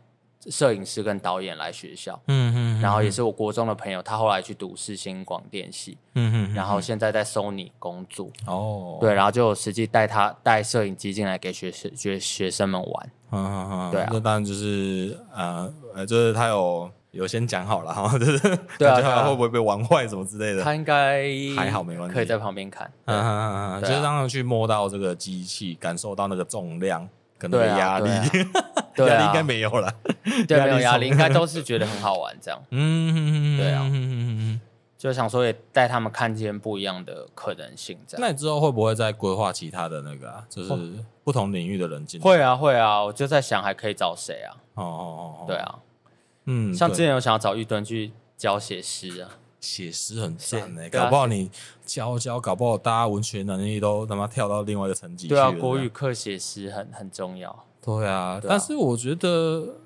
S2: 摄影师跟导演来学校，
S1: 嗯
S2: 然后也是我国中的朋友，他后来去读世新广电系，
S1: 嗯嗯
S2: 然后现在在 Sony 工作，
S1: 哦，
S2: 对，然后就有实际带他带摄影机进来给学生学学生们玩，
S1: 嗯嗯嗯，
S2: 对啊
S1: 那当然就是呃呃，就是他有有先讲好了 哈，就是
S2: 对
S1: 感觉
S2: 啊对啊
S1: 他会不会被玩坏什么之类的。
S2: 他应该
S1: 还好没问题
S2: 可以在旁边看，
S1: 嗯嗯嗯嗯，就
S2: 对啊
S1: 是让他们去摸到这个机器，感受到那个重量跟那个
S2: 对啊
S1: 压力，
S2: 对啊
S1: 压力应该没有了。
S2: 对，
S1: 压力
S2: 没有压力，
S1: 从
S2: 应该都是觉得很好玩这样，
S1: 嗯，
S2: 对啊
S1: 嗯嗯嗯嗯。
S2: 就想说也带他们看见不一样的可能性这样。哦
S1: 那你之后会不会再规划其他的那个啊？就是不同领域的人进来？
S2: 会啊，会啊，我就在想还可以找谁啊？
S1: 哦哦哦，哦
S2: 对，啊，
S1: 嗯，
S2: 像之
S1: 对
S2: 前有想要找玉敦去教写诗啊，
S1: 写诗很赞呢，
S2: 写对啊
S1: 搞不好你教教，搞不好大家文学能力都他妈跳到另外一个层级去
S2: 对啊，
S1: 了。
S2: 国语，课写诗很很重要。
S1: 对啊。
S2: 对啊
S1: 但是我觉得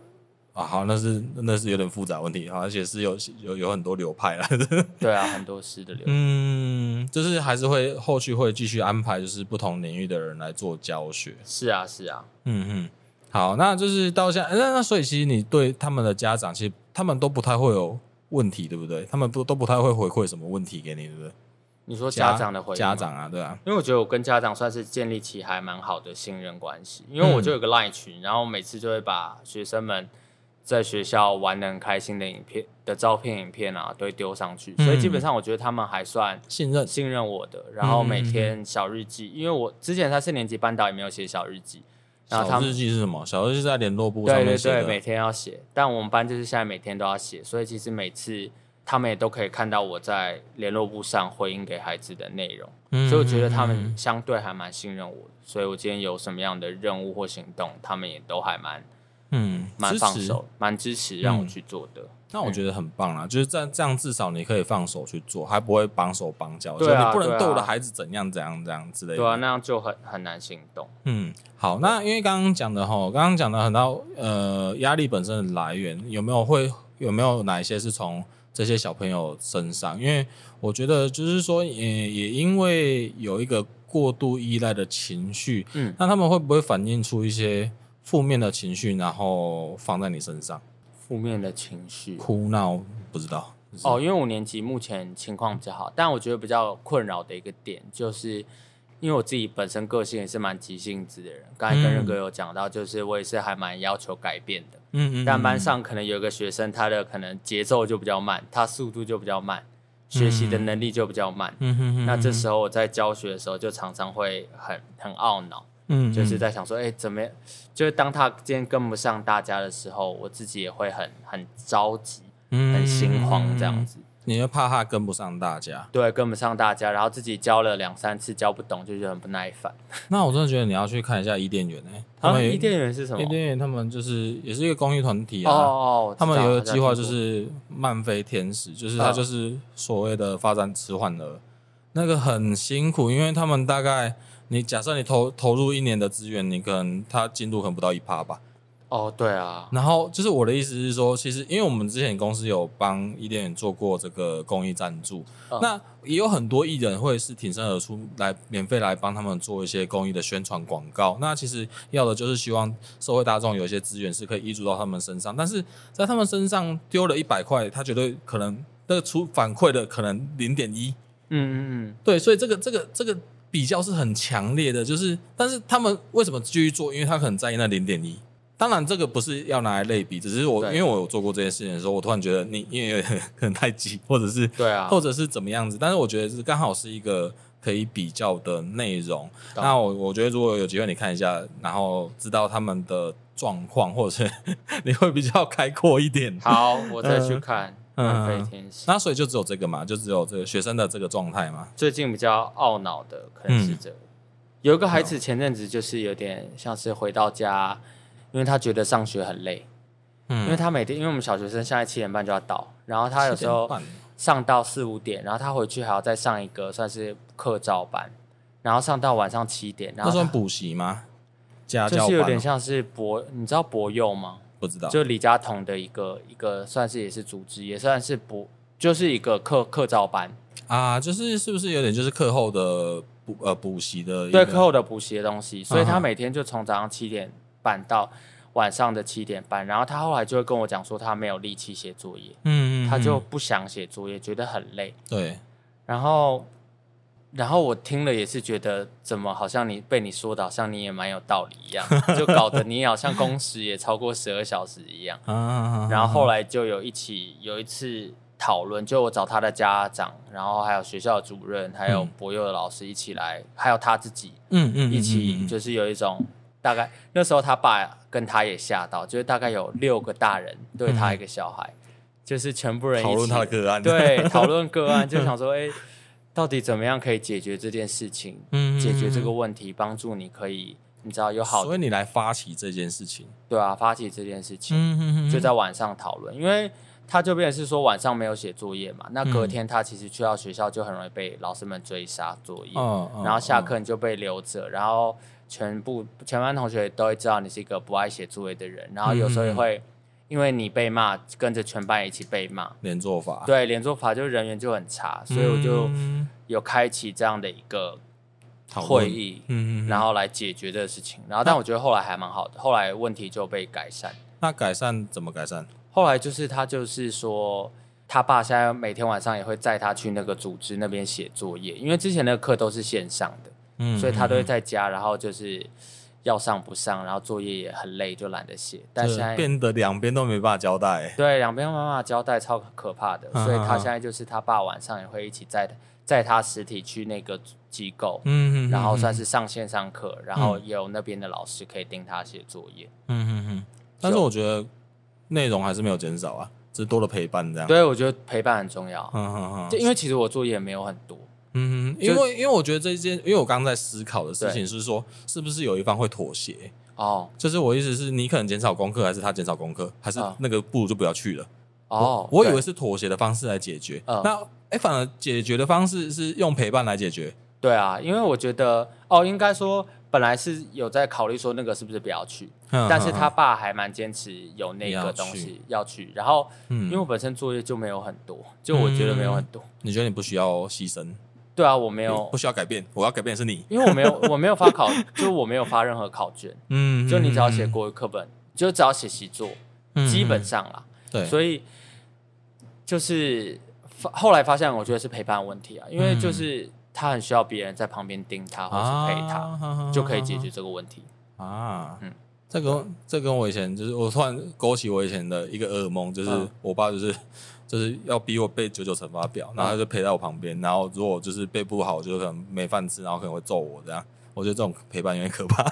S1: 啊，好，那是那是有点复杂问题，好而且是有有有很多流派啦。
S2: 对啊，很多诗的流。
S1: 嗯，就是还是会后续会继续安排，就是不同领域的人来做教学。
S2: 是啊，是啊，
S1: 嗯嗯，好，那就是到现在，那那所以其实你对他们的家长，其实他们都不太会有问题，对不对？他们不都不太会回馈什么问题给你，对不对？
S2: 你说家长的回应
S1: 家
S2: 吗，
S1: 长啊，对啊，
S2: 因为我觉得我跟家长算是建立起还蛮好的信任关系，
S1: 嗯
S2: 因为我就有个 line 群，然后每次就会把学生们在学校玩的很开心的影片的照片、影片啊，都会丢上去，
S1: 嗯
S2: 所以基本上我觉得他们还算
S1: 信任，
S2: 信任我的，
S1: 嗯
S2: 然后每天小日记，因为我之前在四年级班导也没有写小日记，然后他
S1: 小
S2: 们
S1: 日记是什么？小日记是在联络簿上
S2: 对
S1: 面
S2: 对
S1: 写
S2: 对
S1: 的，
S2: 每天要写，但我们班就是现在每天都要写，所以其实每次他们也都可以看到我在联络簿上回应给孩子的内容，
S1: 嗯
S2: 所以我觉得他们相对还蛮信任我的，所以我今天有什么样的任务或行动，他们也都还蛮
S1: 嗯
S2: 蛮放。
S1: 支持
S2: 手，嗯蛮支持让我去做的。
S1: 那我觉得很棒啦，就是这样，这样至少你可以放手去做，还不会绑手绑脚，
S2: 对啊
S1: 就你不能
S2: 对啊
S1: 对我的孩子怎样怎样怎样之类的。
S2: 对啊，那样就很很难行动。
S1: 嗯，好，那因为刚刚讲的哈，刚刚讲的很多呃压力本身的来源，有没有会有没有哪一些是从这些呃小朋友身上？因为我觉得就是说，也也因为有一个过度依赖的情绪，
S2: 嗯
S1: 那他们会不会反映出一些负面的情绪，然后放在你身上？
S2: 负面的情绪。
S1: 哭闹不知道
S2: 哦，因为五年级目前情况比较好，但我觉得比较困扰的一个点就是。因为我自己本身个性也是蛮急性子的人，刚才跟
S1: 嗯
S2: 任哥有讲到，就是我也是还蛮要求改变的。
S1: 嗯嗯
S2: 但班上可能有一个学生，他的可能节奏就比较慢，他速度就比较慢，学习的能力就比较慢。
S1: 嗯哼哼
S2: 那这时
S1: 候
S2: 候我在教学的时候，就常常会很很懊恼，
S1: 嗯
S2: 就是在想说，哎、怎么样？就是当他今天跟不上大家的时候，我自己也会很很着急，很
S1: 很
S2: 心慌这样，子。
S1: 嗯你会怕他跟不上大家。
S2: 对，跟不上大家，然后自己教了两三次教不懂，就觉得很不耐烦。
S1: 那我真的觉得你要去看一下伊甸园诶，他
S2: 啊，
S1: 们有
S2: 伊甸园是什么
S1: 伊？甸园他们就是也是一个公益团体
S2: 哦
S1: 啊。
S2: 哦，我知
S1: 他
S2: 道
S1: 们有
S2: 好
S1: 一个
S2: 像
S1: 计划，
S2: 听
S1: 就
S2: 过
S1: 是漫飞天使，就是他
S2: 嗯
S1: 就是所谓的发展迟缓儿，那个很辛苦，因为他们大概你假设你投投入一年的资源，你可能他进度可能不到一趴吧，
S2: 哦，对啊，
S1: 然后就是我的意思是说，其实因为我们之前公司有帮伊甸园做过这个公益赞助，
S2: 嗯
S1: 那也有很多艺人会是挺身而出来免费来帮他们做一些公益的宣传广告。那其实要的就是希望社会大众有一些资源是可以依注到他们身上，但是在他们身上丢了一百块，他绝对可能那个出反馈的可能零点一，
S2: 嗯嗯
S1: 对，所以这个这个这个比较是很强烈的，就是但是他们为什么继续做？因为他很在意那零点一。当然，这个不是要拿来类比，只是我因
S2: 对
S1: 为我有做过这件事情的时候，我突然觉得你因为可能太急，或者是
S2: 嗯，对啊，
S1: 或者是怎么样子，但是我觉得是刚好是一个可以比较的内容。
S2: 懂
S1: 那我我觉得如果有机会你看一下，然后知道他们的状况，或者是 你会比较开阔一点。
S2: 好，我再去看《
S1: 嗯
S2: 漫飞天使》
S1: 那所以就只有这个嘛，就只有这个学生的这个状态嘛。
S2: 最近比较懊恼的可能
S1: 嗯
S2: 是这个，有一个孩子前阵子就是有点像是回到家，因为他觉得上学很累，
S1: 嗯
S2: 因为他每天因为我们小学生现在七点半就要到，然后他有时候
S1: 7:30
S2: 上到四五点，然后他回去还要再上一个算是课照班，然后上到晚上七点，然
S1: 那
S2: 后
S1: 算
S2: 他
S1: 补习吗？家
S2: 就
S1: 教
S2: 是有
S1: 班
S2: 点
S1: 哦
S2: 像是博，你知道博幼吗？
S1: 不知道，
S2: 就李佳彤的一个一个算是也是组织，也算是博，就是一个课课照班，
S1: 啊，就是是不是有点就是课后的补呃补习的一
S2: 对
S1: 个
S2: 课后的补习的东西，所以
S1: 嗯
S2: 他
S1: 哼
S2: 每天就从早上七点半到晚上的七点半，然后他后来就会跟我讲说他没有力气写作业，
S1: 嗯，嗯
S2: 他就
S1: 嗯
S2: 不想写作业，觉得很累。
S1: 对，
S2: 然后，然后我听了也是觉得怎么好像你被你说的，好像你也蛮有道理一 样，就搞得你好像工时也超过十二小时一样。
S1: 啊
S2: 然后后来就有一起有一次讨论，就我找他的家长，然后还有学校的主任，还有
S1: 嗯
S2: 博幼的老师一起来，还有他自己。
S1: 嗯嗯
S2: 一起，
S1: 就
S2: 就是有一种大概那时候他爸跟他也吓到，就是大概有六个大人对他一个小孩，就是全部人一
S1: 嗯
S2: 起
S1: 讨论他的个案，，
S2: 对讨论个案，就想说，哎、到底怎么样可以解决这件事情，
S1: 嗯
S2: 解决这个。问题，帮助你可以，你知道有好
S1: 所以你来发起这件事情，
S2: 对啊，发起这件事情，
S1: 嗯嗯
S2: 就在晚上讨论，因为。他就变成是说晚上没有写作业嘛，那隔
S1: 嗯
S2: 天他其实去到学校就很容易被老师们追杀作业，
S1: 嗯，嗯
S2: 然后下，课你就被留着，然后全部全班同学都会知道你是一个不爱写作业的人，然后有时
S1: 嗯
S2: 候也会因为你被骂，跟着全班一起被骂
S1: 嗯。连坐法，
S2: 对，连坐法就人缘就很差，所以我就
S1: 嗯
S2: 有开启这样的一个
S1: 讨论
S2: 会议，
S1: 嗯，嗯嗯
S2: 然后来解决这个事情。然后，但我觉得后来还蛮好的，后来问题就被改善。
S1: 那改善怎么改善？
S2: 后来就是他就是说，他爸现在每天晚上也会载他去那个组织那边写作业，因为之前那个课都是线上的，
S1: 嗯
S2: 所以他都会在家，然后就是要上不上，然后作业也很累，就懒得写。但
S1: 就
S2: 现在
S1: 变得两边都没办法交代，
S2: 对两边妈妈交代超可怕的，
S1: 嗯
S2: 所以他现在就是他爸晚上也会一起载载他实体去那个机构，
S1: 嗯
S2: 然后算
S1: 是。嗯
S2: 是上线上课，然后也有那边的老师可以盯他写作业。
S1: 嗯嗯嗯，但是我觉得内容还是没有减少啊，只是多了陪伴这样。，
S2: 对，我觉得陪伴很重要，
S1: 嗯嗯
S2: 就
S1: 嗯，
S2: 因为其实我作业没有很多，
S1: 嗯，因为因为我觉得这件，因为我刚刚在思考的事情是说，是不是有一方会妥协？
S2: 哦
S1: 就是我意思是你可能减少功课，还是他减少功课，还是
S2: 啊
S1: 那个不如就不要去了？
S2: 哦，
S1: 我以为
S2: 对
S1: 是妥协的方式来解决，
S2: 嗯
S1: 那哎，反而解决的方式是用陪伴来解决。
S2: 对啊，因为我觉得哦，应该说本来是有在考虑说那个是不是不要去，
S1: 嗯
S2: 但是他爸还蛮坚持有那个东西要去，然后因为
S1: 嗯，
S2: 我本身作业就没有很多，就我觉得没有很多，
S1: 你觉得你不需要牺牲？
S2: 对啊，我没有
S1: 不，需要改变，我要改变的是你。
S2: 因为我没有，我没有发考，就是我没有发任何考卷，
S1: 嗯
S2: 就你只要写国语课本，就只要写习作，
S1: 嗯
S2: 基本
S1: 嗯
S2: 上啦。
S1: 对，
S2: 所以就是发后来发现，我觉得是陪伴问题啊，因
S1: 嗯
S2: 为就是他很需要别人在旁边盯他或是陪他，
S1: 他
S2: 就可以解决这个问题。
S1: 啊。
S2: 嗯
S1: 这跟这跟我以前就是，我突然勾起我以前的一个噩梦，就是
S2: 嗯
S1: 我爸就是就是要逼我背九九乘法表，然后他就陪在我旁边，然后如果就是背不好，我就可能没饭吃，然后可能会揍我这样。我觉得这种陪伴有点可怕，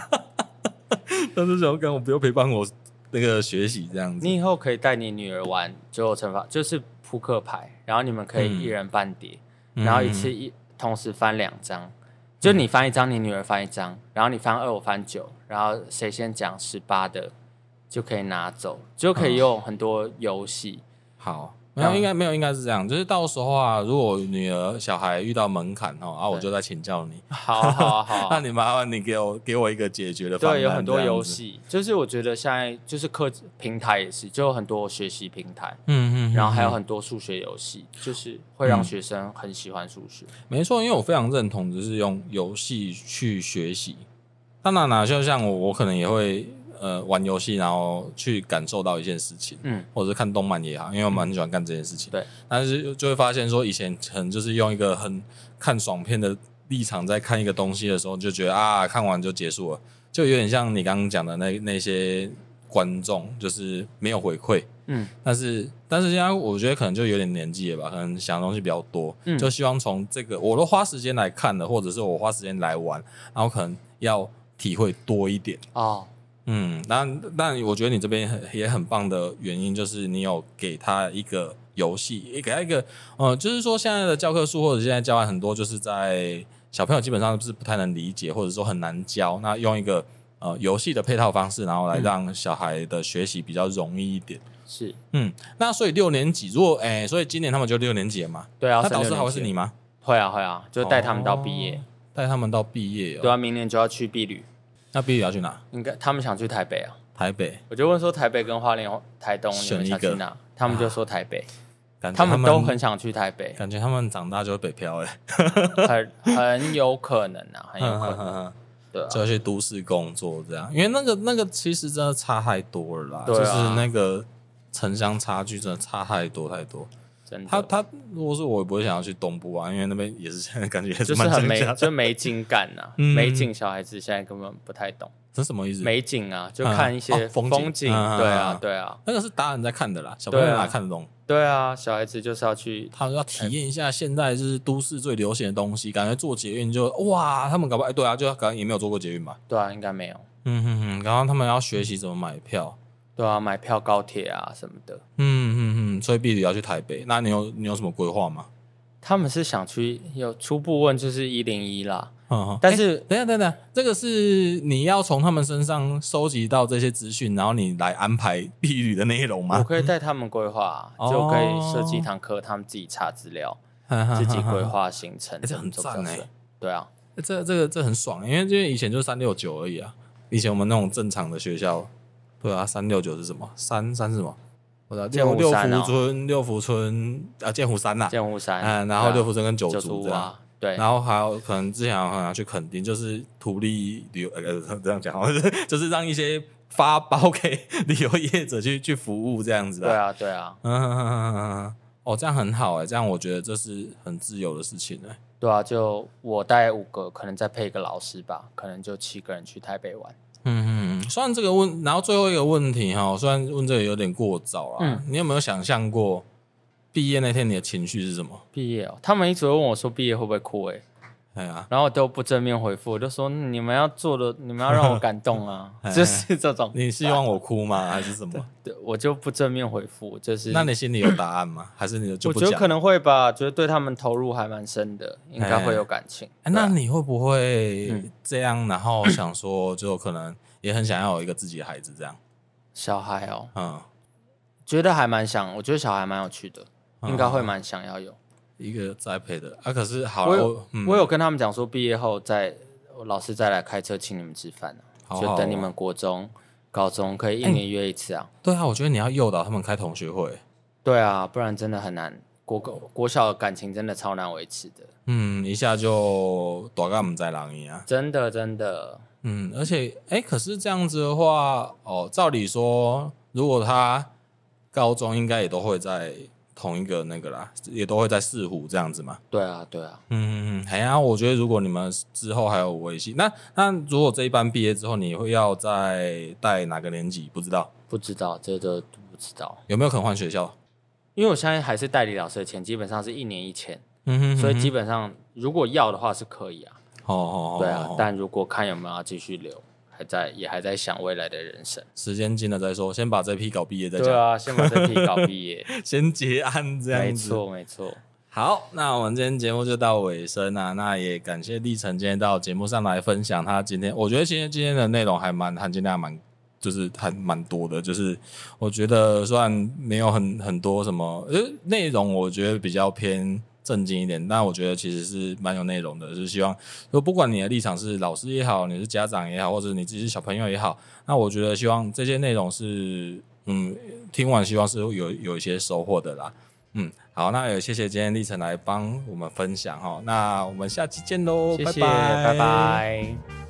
S1: 但是想要跟我不要陪伴我那个学习这样子。
S2: 你以后可以带你女儿玩九九乘法，就是扑克牌，然后你们可
S1: 嗯
S2: 以一人半叠，然后一次一同时翻两张，就
S1: 嗯
S2: 你翻一张，你女儿翻一张，然后你翻二，我翻九，然后谁先讲十八的就可以拿走，就
S1: 哦
S2: 可以用很多游戏。
S1: 好，没有，
S2: 嗯
S1: 应该没有，应该是这样，就是到时候啊，如果女儿小孩遇到门槛哦，啊，我就再请教你。
S2: 好啊好啊好 啊
S1: 那你麻烦你给我给我一个解决的方案。
S2: 对，有很多
S1: 这样子
S2: 游，戏，就是我觉得现在就是课平台也是，就有很多学习平台，
S1: 嗯嗯
S2: 然后还有
S1: 嗯
S2: 很多数学游戏，就是会让
S1: 嗯
S2: 学生很喜欢数学。
S1: 没错，因为我非常认同，就是用游戏去学习。当然啦，就像我，我可能也会呃玩游戏，然后去感受到一件事情，
S2: 嗯，
S1: 或者是看动漫也好，因为我们很喜欢干这件事情。
S2: 对，
S1: 但是就会发现说，以前可能就是用一个很看爽片的立场在看一个东西的时候，就觉得啊，看完就结束了，就有点像你刚刚讲的那那些观众，就是没有回馈。
S2: 嗯，
S1: 但是但是现在我觉得可能就有点年纪了吧，可能想的东西比较多，
S2: 嗯
S1: 就希望从这个我都花时间来看了，或者是我花时间来玩，然后可能要体会多一点。
S2: 哦，
S1: 嗯，那那我觉得你这边很也很棒的原因就是你有给他一个游戏，也给他一个呃，就是说现在的教科书或者现在教案很多就是在小朋友基本上是不太能理解，或者说很难教。那用一个呃游戏的配套方式，然后来
S2: 嗯
S1: 让小孩的学习比较容易一点。
S2: 是
S1: 嗯，那所以六年级，如果哎、所以今年他们就六年级了嘛，
S2: 对啊，
S1: 那
S2: 升
S1: 导
S2: 六
S1: 师还
S2: 年
S1: 会
S2: 级
S1: 是你吗？
S2: 会啊会啊，就带他们到毕业。
S1: 哦，带他们到毕业、哦。
S2: 对啊，明年就要去毕旅，
S1: 那毕业要去哪？
S2: 应该他们想去台北啊。
S1: 台北。
S2: 我就问说台北跟花莲、台东你们
S1: 选一
S2: 想去
S1: 个啊
S2: 哪？他们就说台北，
S1: 感觉
S2: 他
S1: 们
S2: 们都很想去 台北，
S1: 感觉他们长大就会北漂 哎、
S2: 很很有可能 啊，很有可能。
S1: 欸，
S2: 对啊，
S1: 就要去都市工作这样，因为那个那个其实真的差太多了啦，
S2: 对啊
S1: 就是那个城乡差距真的差太多太多。
S2: 真的。
S1: 他他如果是我，也不会想要去东部啊，因为那边也是 现在感觉也
S2: 就是
S1: 蛮
S2: 很
S1: 乡
S2: 没
S1: 下的，
S2: 就没景感呐、
S1: 嗯
S2: 没景小孩子现在根本不太懂
S1: 这什么意思？
S2: 美景啊，就
S1: 嗯
S2: 看一些
S1: 哦风景嗯嗯嗯
S2: 对
S1: 嗯
S2: 啊
S1: 嗯，
S2: 对啊，
S1: 那个是大人在看的啦，小朋友
S2: 对啊
S1: 哪看得懂？
S2: 对啊，小孩子就是要去，
S1: 他们要体验一下现在就是都市最流行的东西，感觉做捷运就哇，他们搞不好哎对啊，就可能也没有做过捷运吧。
S2: 对啊，应该没有，
S1: 嗯哼哼，然后他们要学习怎么买票。
S2: 对啊，买票高铁啊什么的，
S1: 嗯嗯嗯，所以必须要去台北。那你有你有什么规划吗？
S2: 他们是想去有初步问就是一零一啦，
S1: 嗯哼，
S2: 但是、
S1: 等一下等一下，这个是你要从他们身上收集到这些资讯，然后你来安排 避旅的内容
S2: 我
S1: 吗？
S2: 可以带他们规划、啊
S1: 哦
S2: 就可以设计一堂课，他们自己查资 料，
S1: 嗯
S2: 自己规划行程，
S1: 哎这很
S2: 怎么
S1: 赞
S2: 走
S1: 哎
S2: 顺对啊，
S1: 这这个这很爽，因为因为以前就三六九而已啊。以前我们那种正常的学校，对啊，三六九是什么？三三是什么？我知道
S2: 剑湖
S1: 六
S2: 山
S1: 福
S2: 哦
S1: 村、六福村啊，剑湖山呐、
S2: 剑湖山，
S1: 嗯，然后
S2: 对
S1: 六
S2: 啊
S1: 福村跟九
S2: 九
S1: 族
S2: 族
S1: 这样。
S2: 啊，对，
S1: 然后还有可能之前好像去垦丁，就是图利旅游，呃， 这样讲好像是，就是让一些发包给旅游业者去去服务这样子
S2: 对啊，对啊，
S1: 嗯嗯嗯嗯嗯嗯，哦，这样很好哎、这样我觉得这是很自由的事情哎、
S2: 对啊，就我带五个，可能再配一个老师吧，可能就七个人去台北玩。
S1: 嗯嗯嗯，虽然这个问，然后最后一个问题哈，虽然问这个有点过早啦，
S2: 嗯
S1: 你有没有想象过毕业那天你的情绪是什么？
S2: 毕业哦，他们一直会问我说毕业会不会哭诶、
S1: 哎呀，
S2: 然后我都不正面回复，我就说嗯你们要做的，你们要让我感动啊
S1: 哎，
S2: 就是这种，
S1: 你希望我哭吗？还是什么？
S2: 对我就不正面回复，就是
S1: 那你心里有答案吗？还是你就
S2: 我
S1: 不
S2: 觉
S1: 讲
S2: 得？可能会吧，觉得对他们投入还蛮深的，应该会有感情。
S1: 哎
S2: 对
S1: 那
S2: 啊
S1: 你会不会
S2: 嗯
S1: 这样？然后想说，就可能也很想要有一个自己的孩子这样。
S2: 小孩哦，
S1: 嗯，
S2: 觉得还蛮想，我觉得小孩蛮有趣的，
S1: 嗯
S2: 应该会蛮想要有。
S1: 一个栽培的啊。可是好
S2: 我
S1: 了，
S2: 有
S1: 我嗯
S2: 我有跟他们讲说，毕业后再我老师再来开车请你们吃饭、啊
S1: 好好
S2: 就
S1: 哦
S2: 等你们国中、高中可以一
S1: 哎
S2: 年约一次啊。
S1: 对啊，我觉得你要诱导他们开同学会。
S2: 对啊，不然真的很难国高国小的感情真的超难维持的，
S1: 嗯，一下就大概唔在狼一样。
S2: 真的真的，
S1: 嗯，而且哎、可是这样子的话，哦，照理说，如果他高中应该也都会在同一个那个啦，也都会在四湖这样子嘛。
S2: 对啊对啊，
S1: 嗯，哎呀，我觉得如果你们之后还有维系，那那如果这一班毕业之后，你会要再带哪个年级？不知道
S2: 不知道这都不知道，
S1: 有没有可能换学校？
S2: 因为我现在还是代理老师的钱，基本上是一年一千，
S1: 嗯哼
S2: 所以基本上如果要的话是可以啊，
S1: 哦哦哦，
S2: 对啊
S1: 哦，
S2: 但如果看有没有要继续留，还在也还在想未来的人生。
S1: 时间近了再说，先把这批搞毕业再
S2: 对
S1: 讲，
S2: 啊，先把这题搞毕业，
S1: 先结案 这
S2: 没
S1: 样子。
S2: 错没错。
S1: 好，那我们今天节目就到尾声啦、那也感谢历晨今天到节目上来分享他今天，我觉得今天今天的内容还蛮含金量蛮，就是还蛮多的。就是我觉得虽然没有很很多什么呃内容，我觉得比较偏正经一点，但我觉得其实是蛮有内容的。就是希望，就不管你的立场是老师也好，你是家长也好，或者你自己是小朋友也好，那我觉得希望这些内容是嗯听完希望是有有一些收获的啦。嗯，好，那也谢谢今天历程来帮我们分享哈，那我们下期见喽，
S2: 谢谢，
S1: 哦拜
S2: 拜拜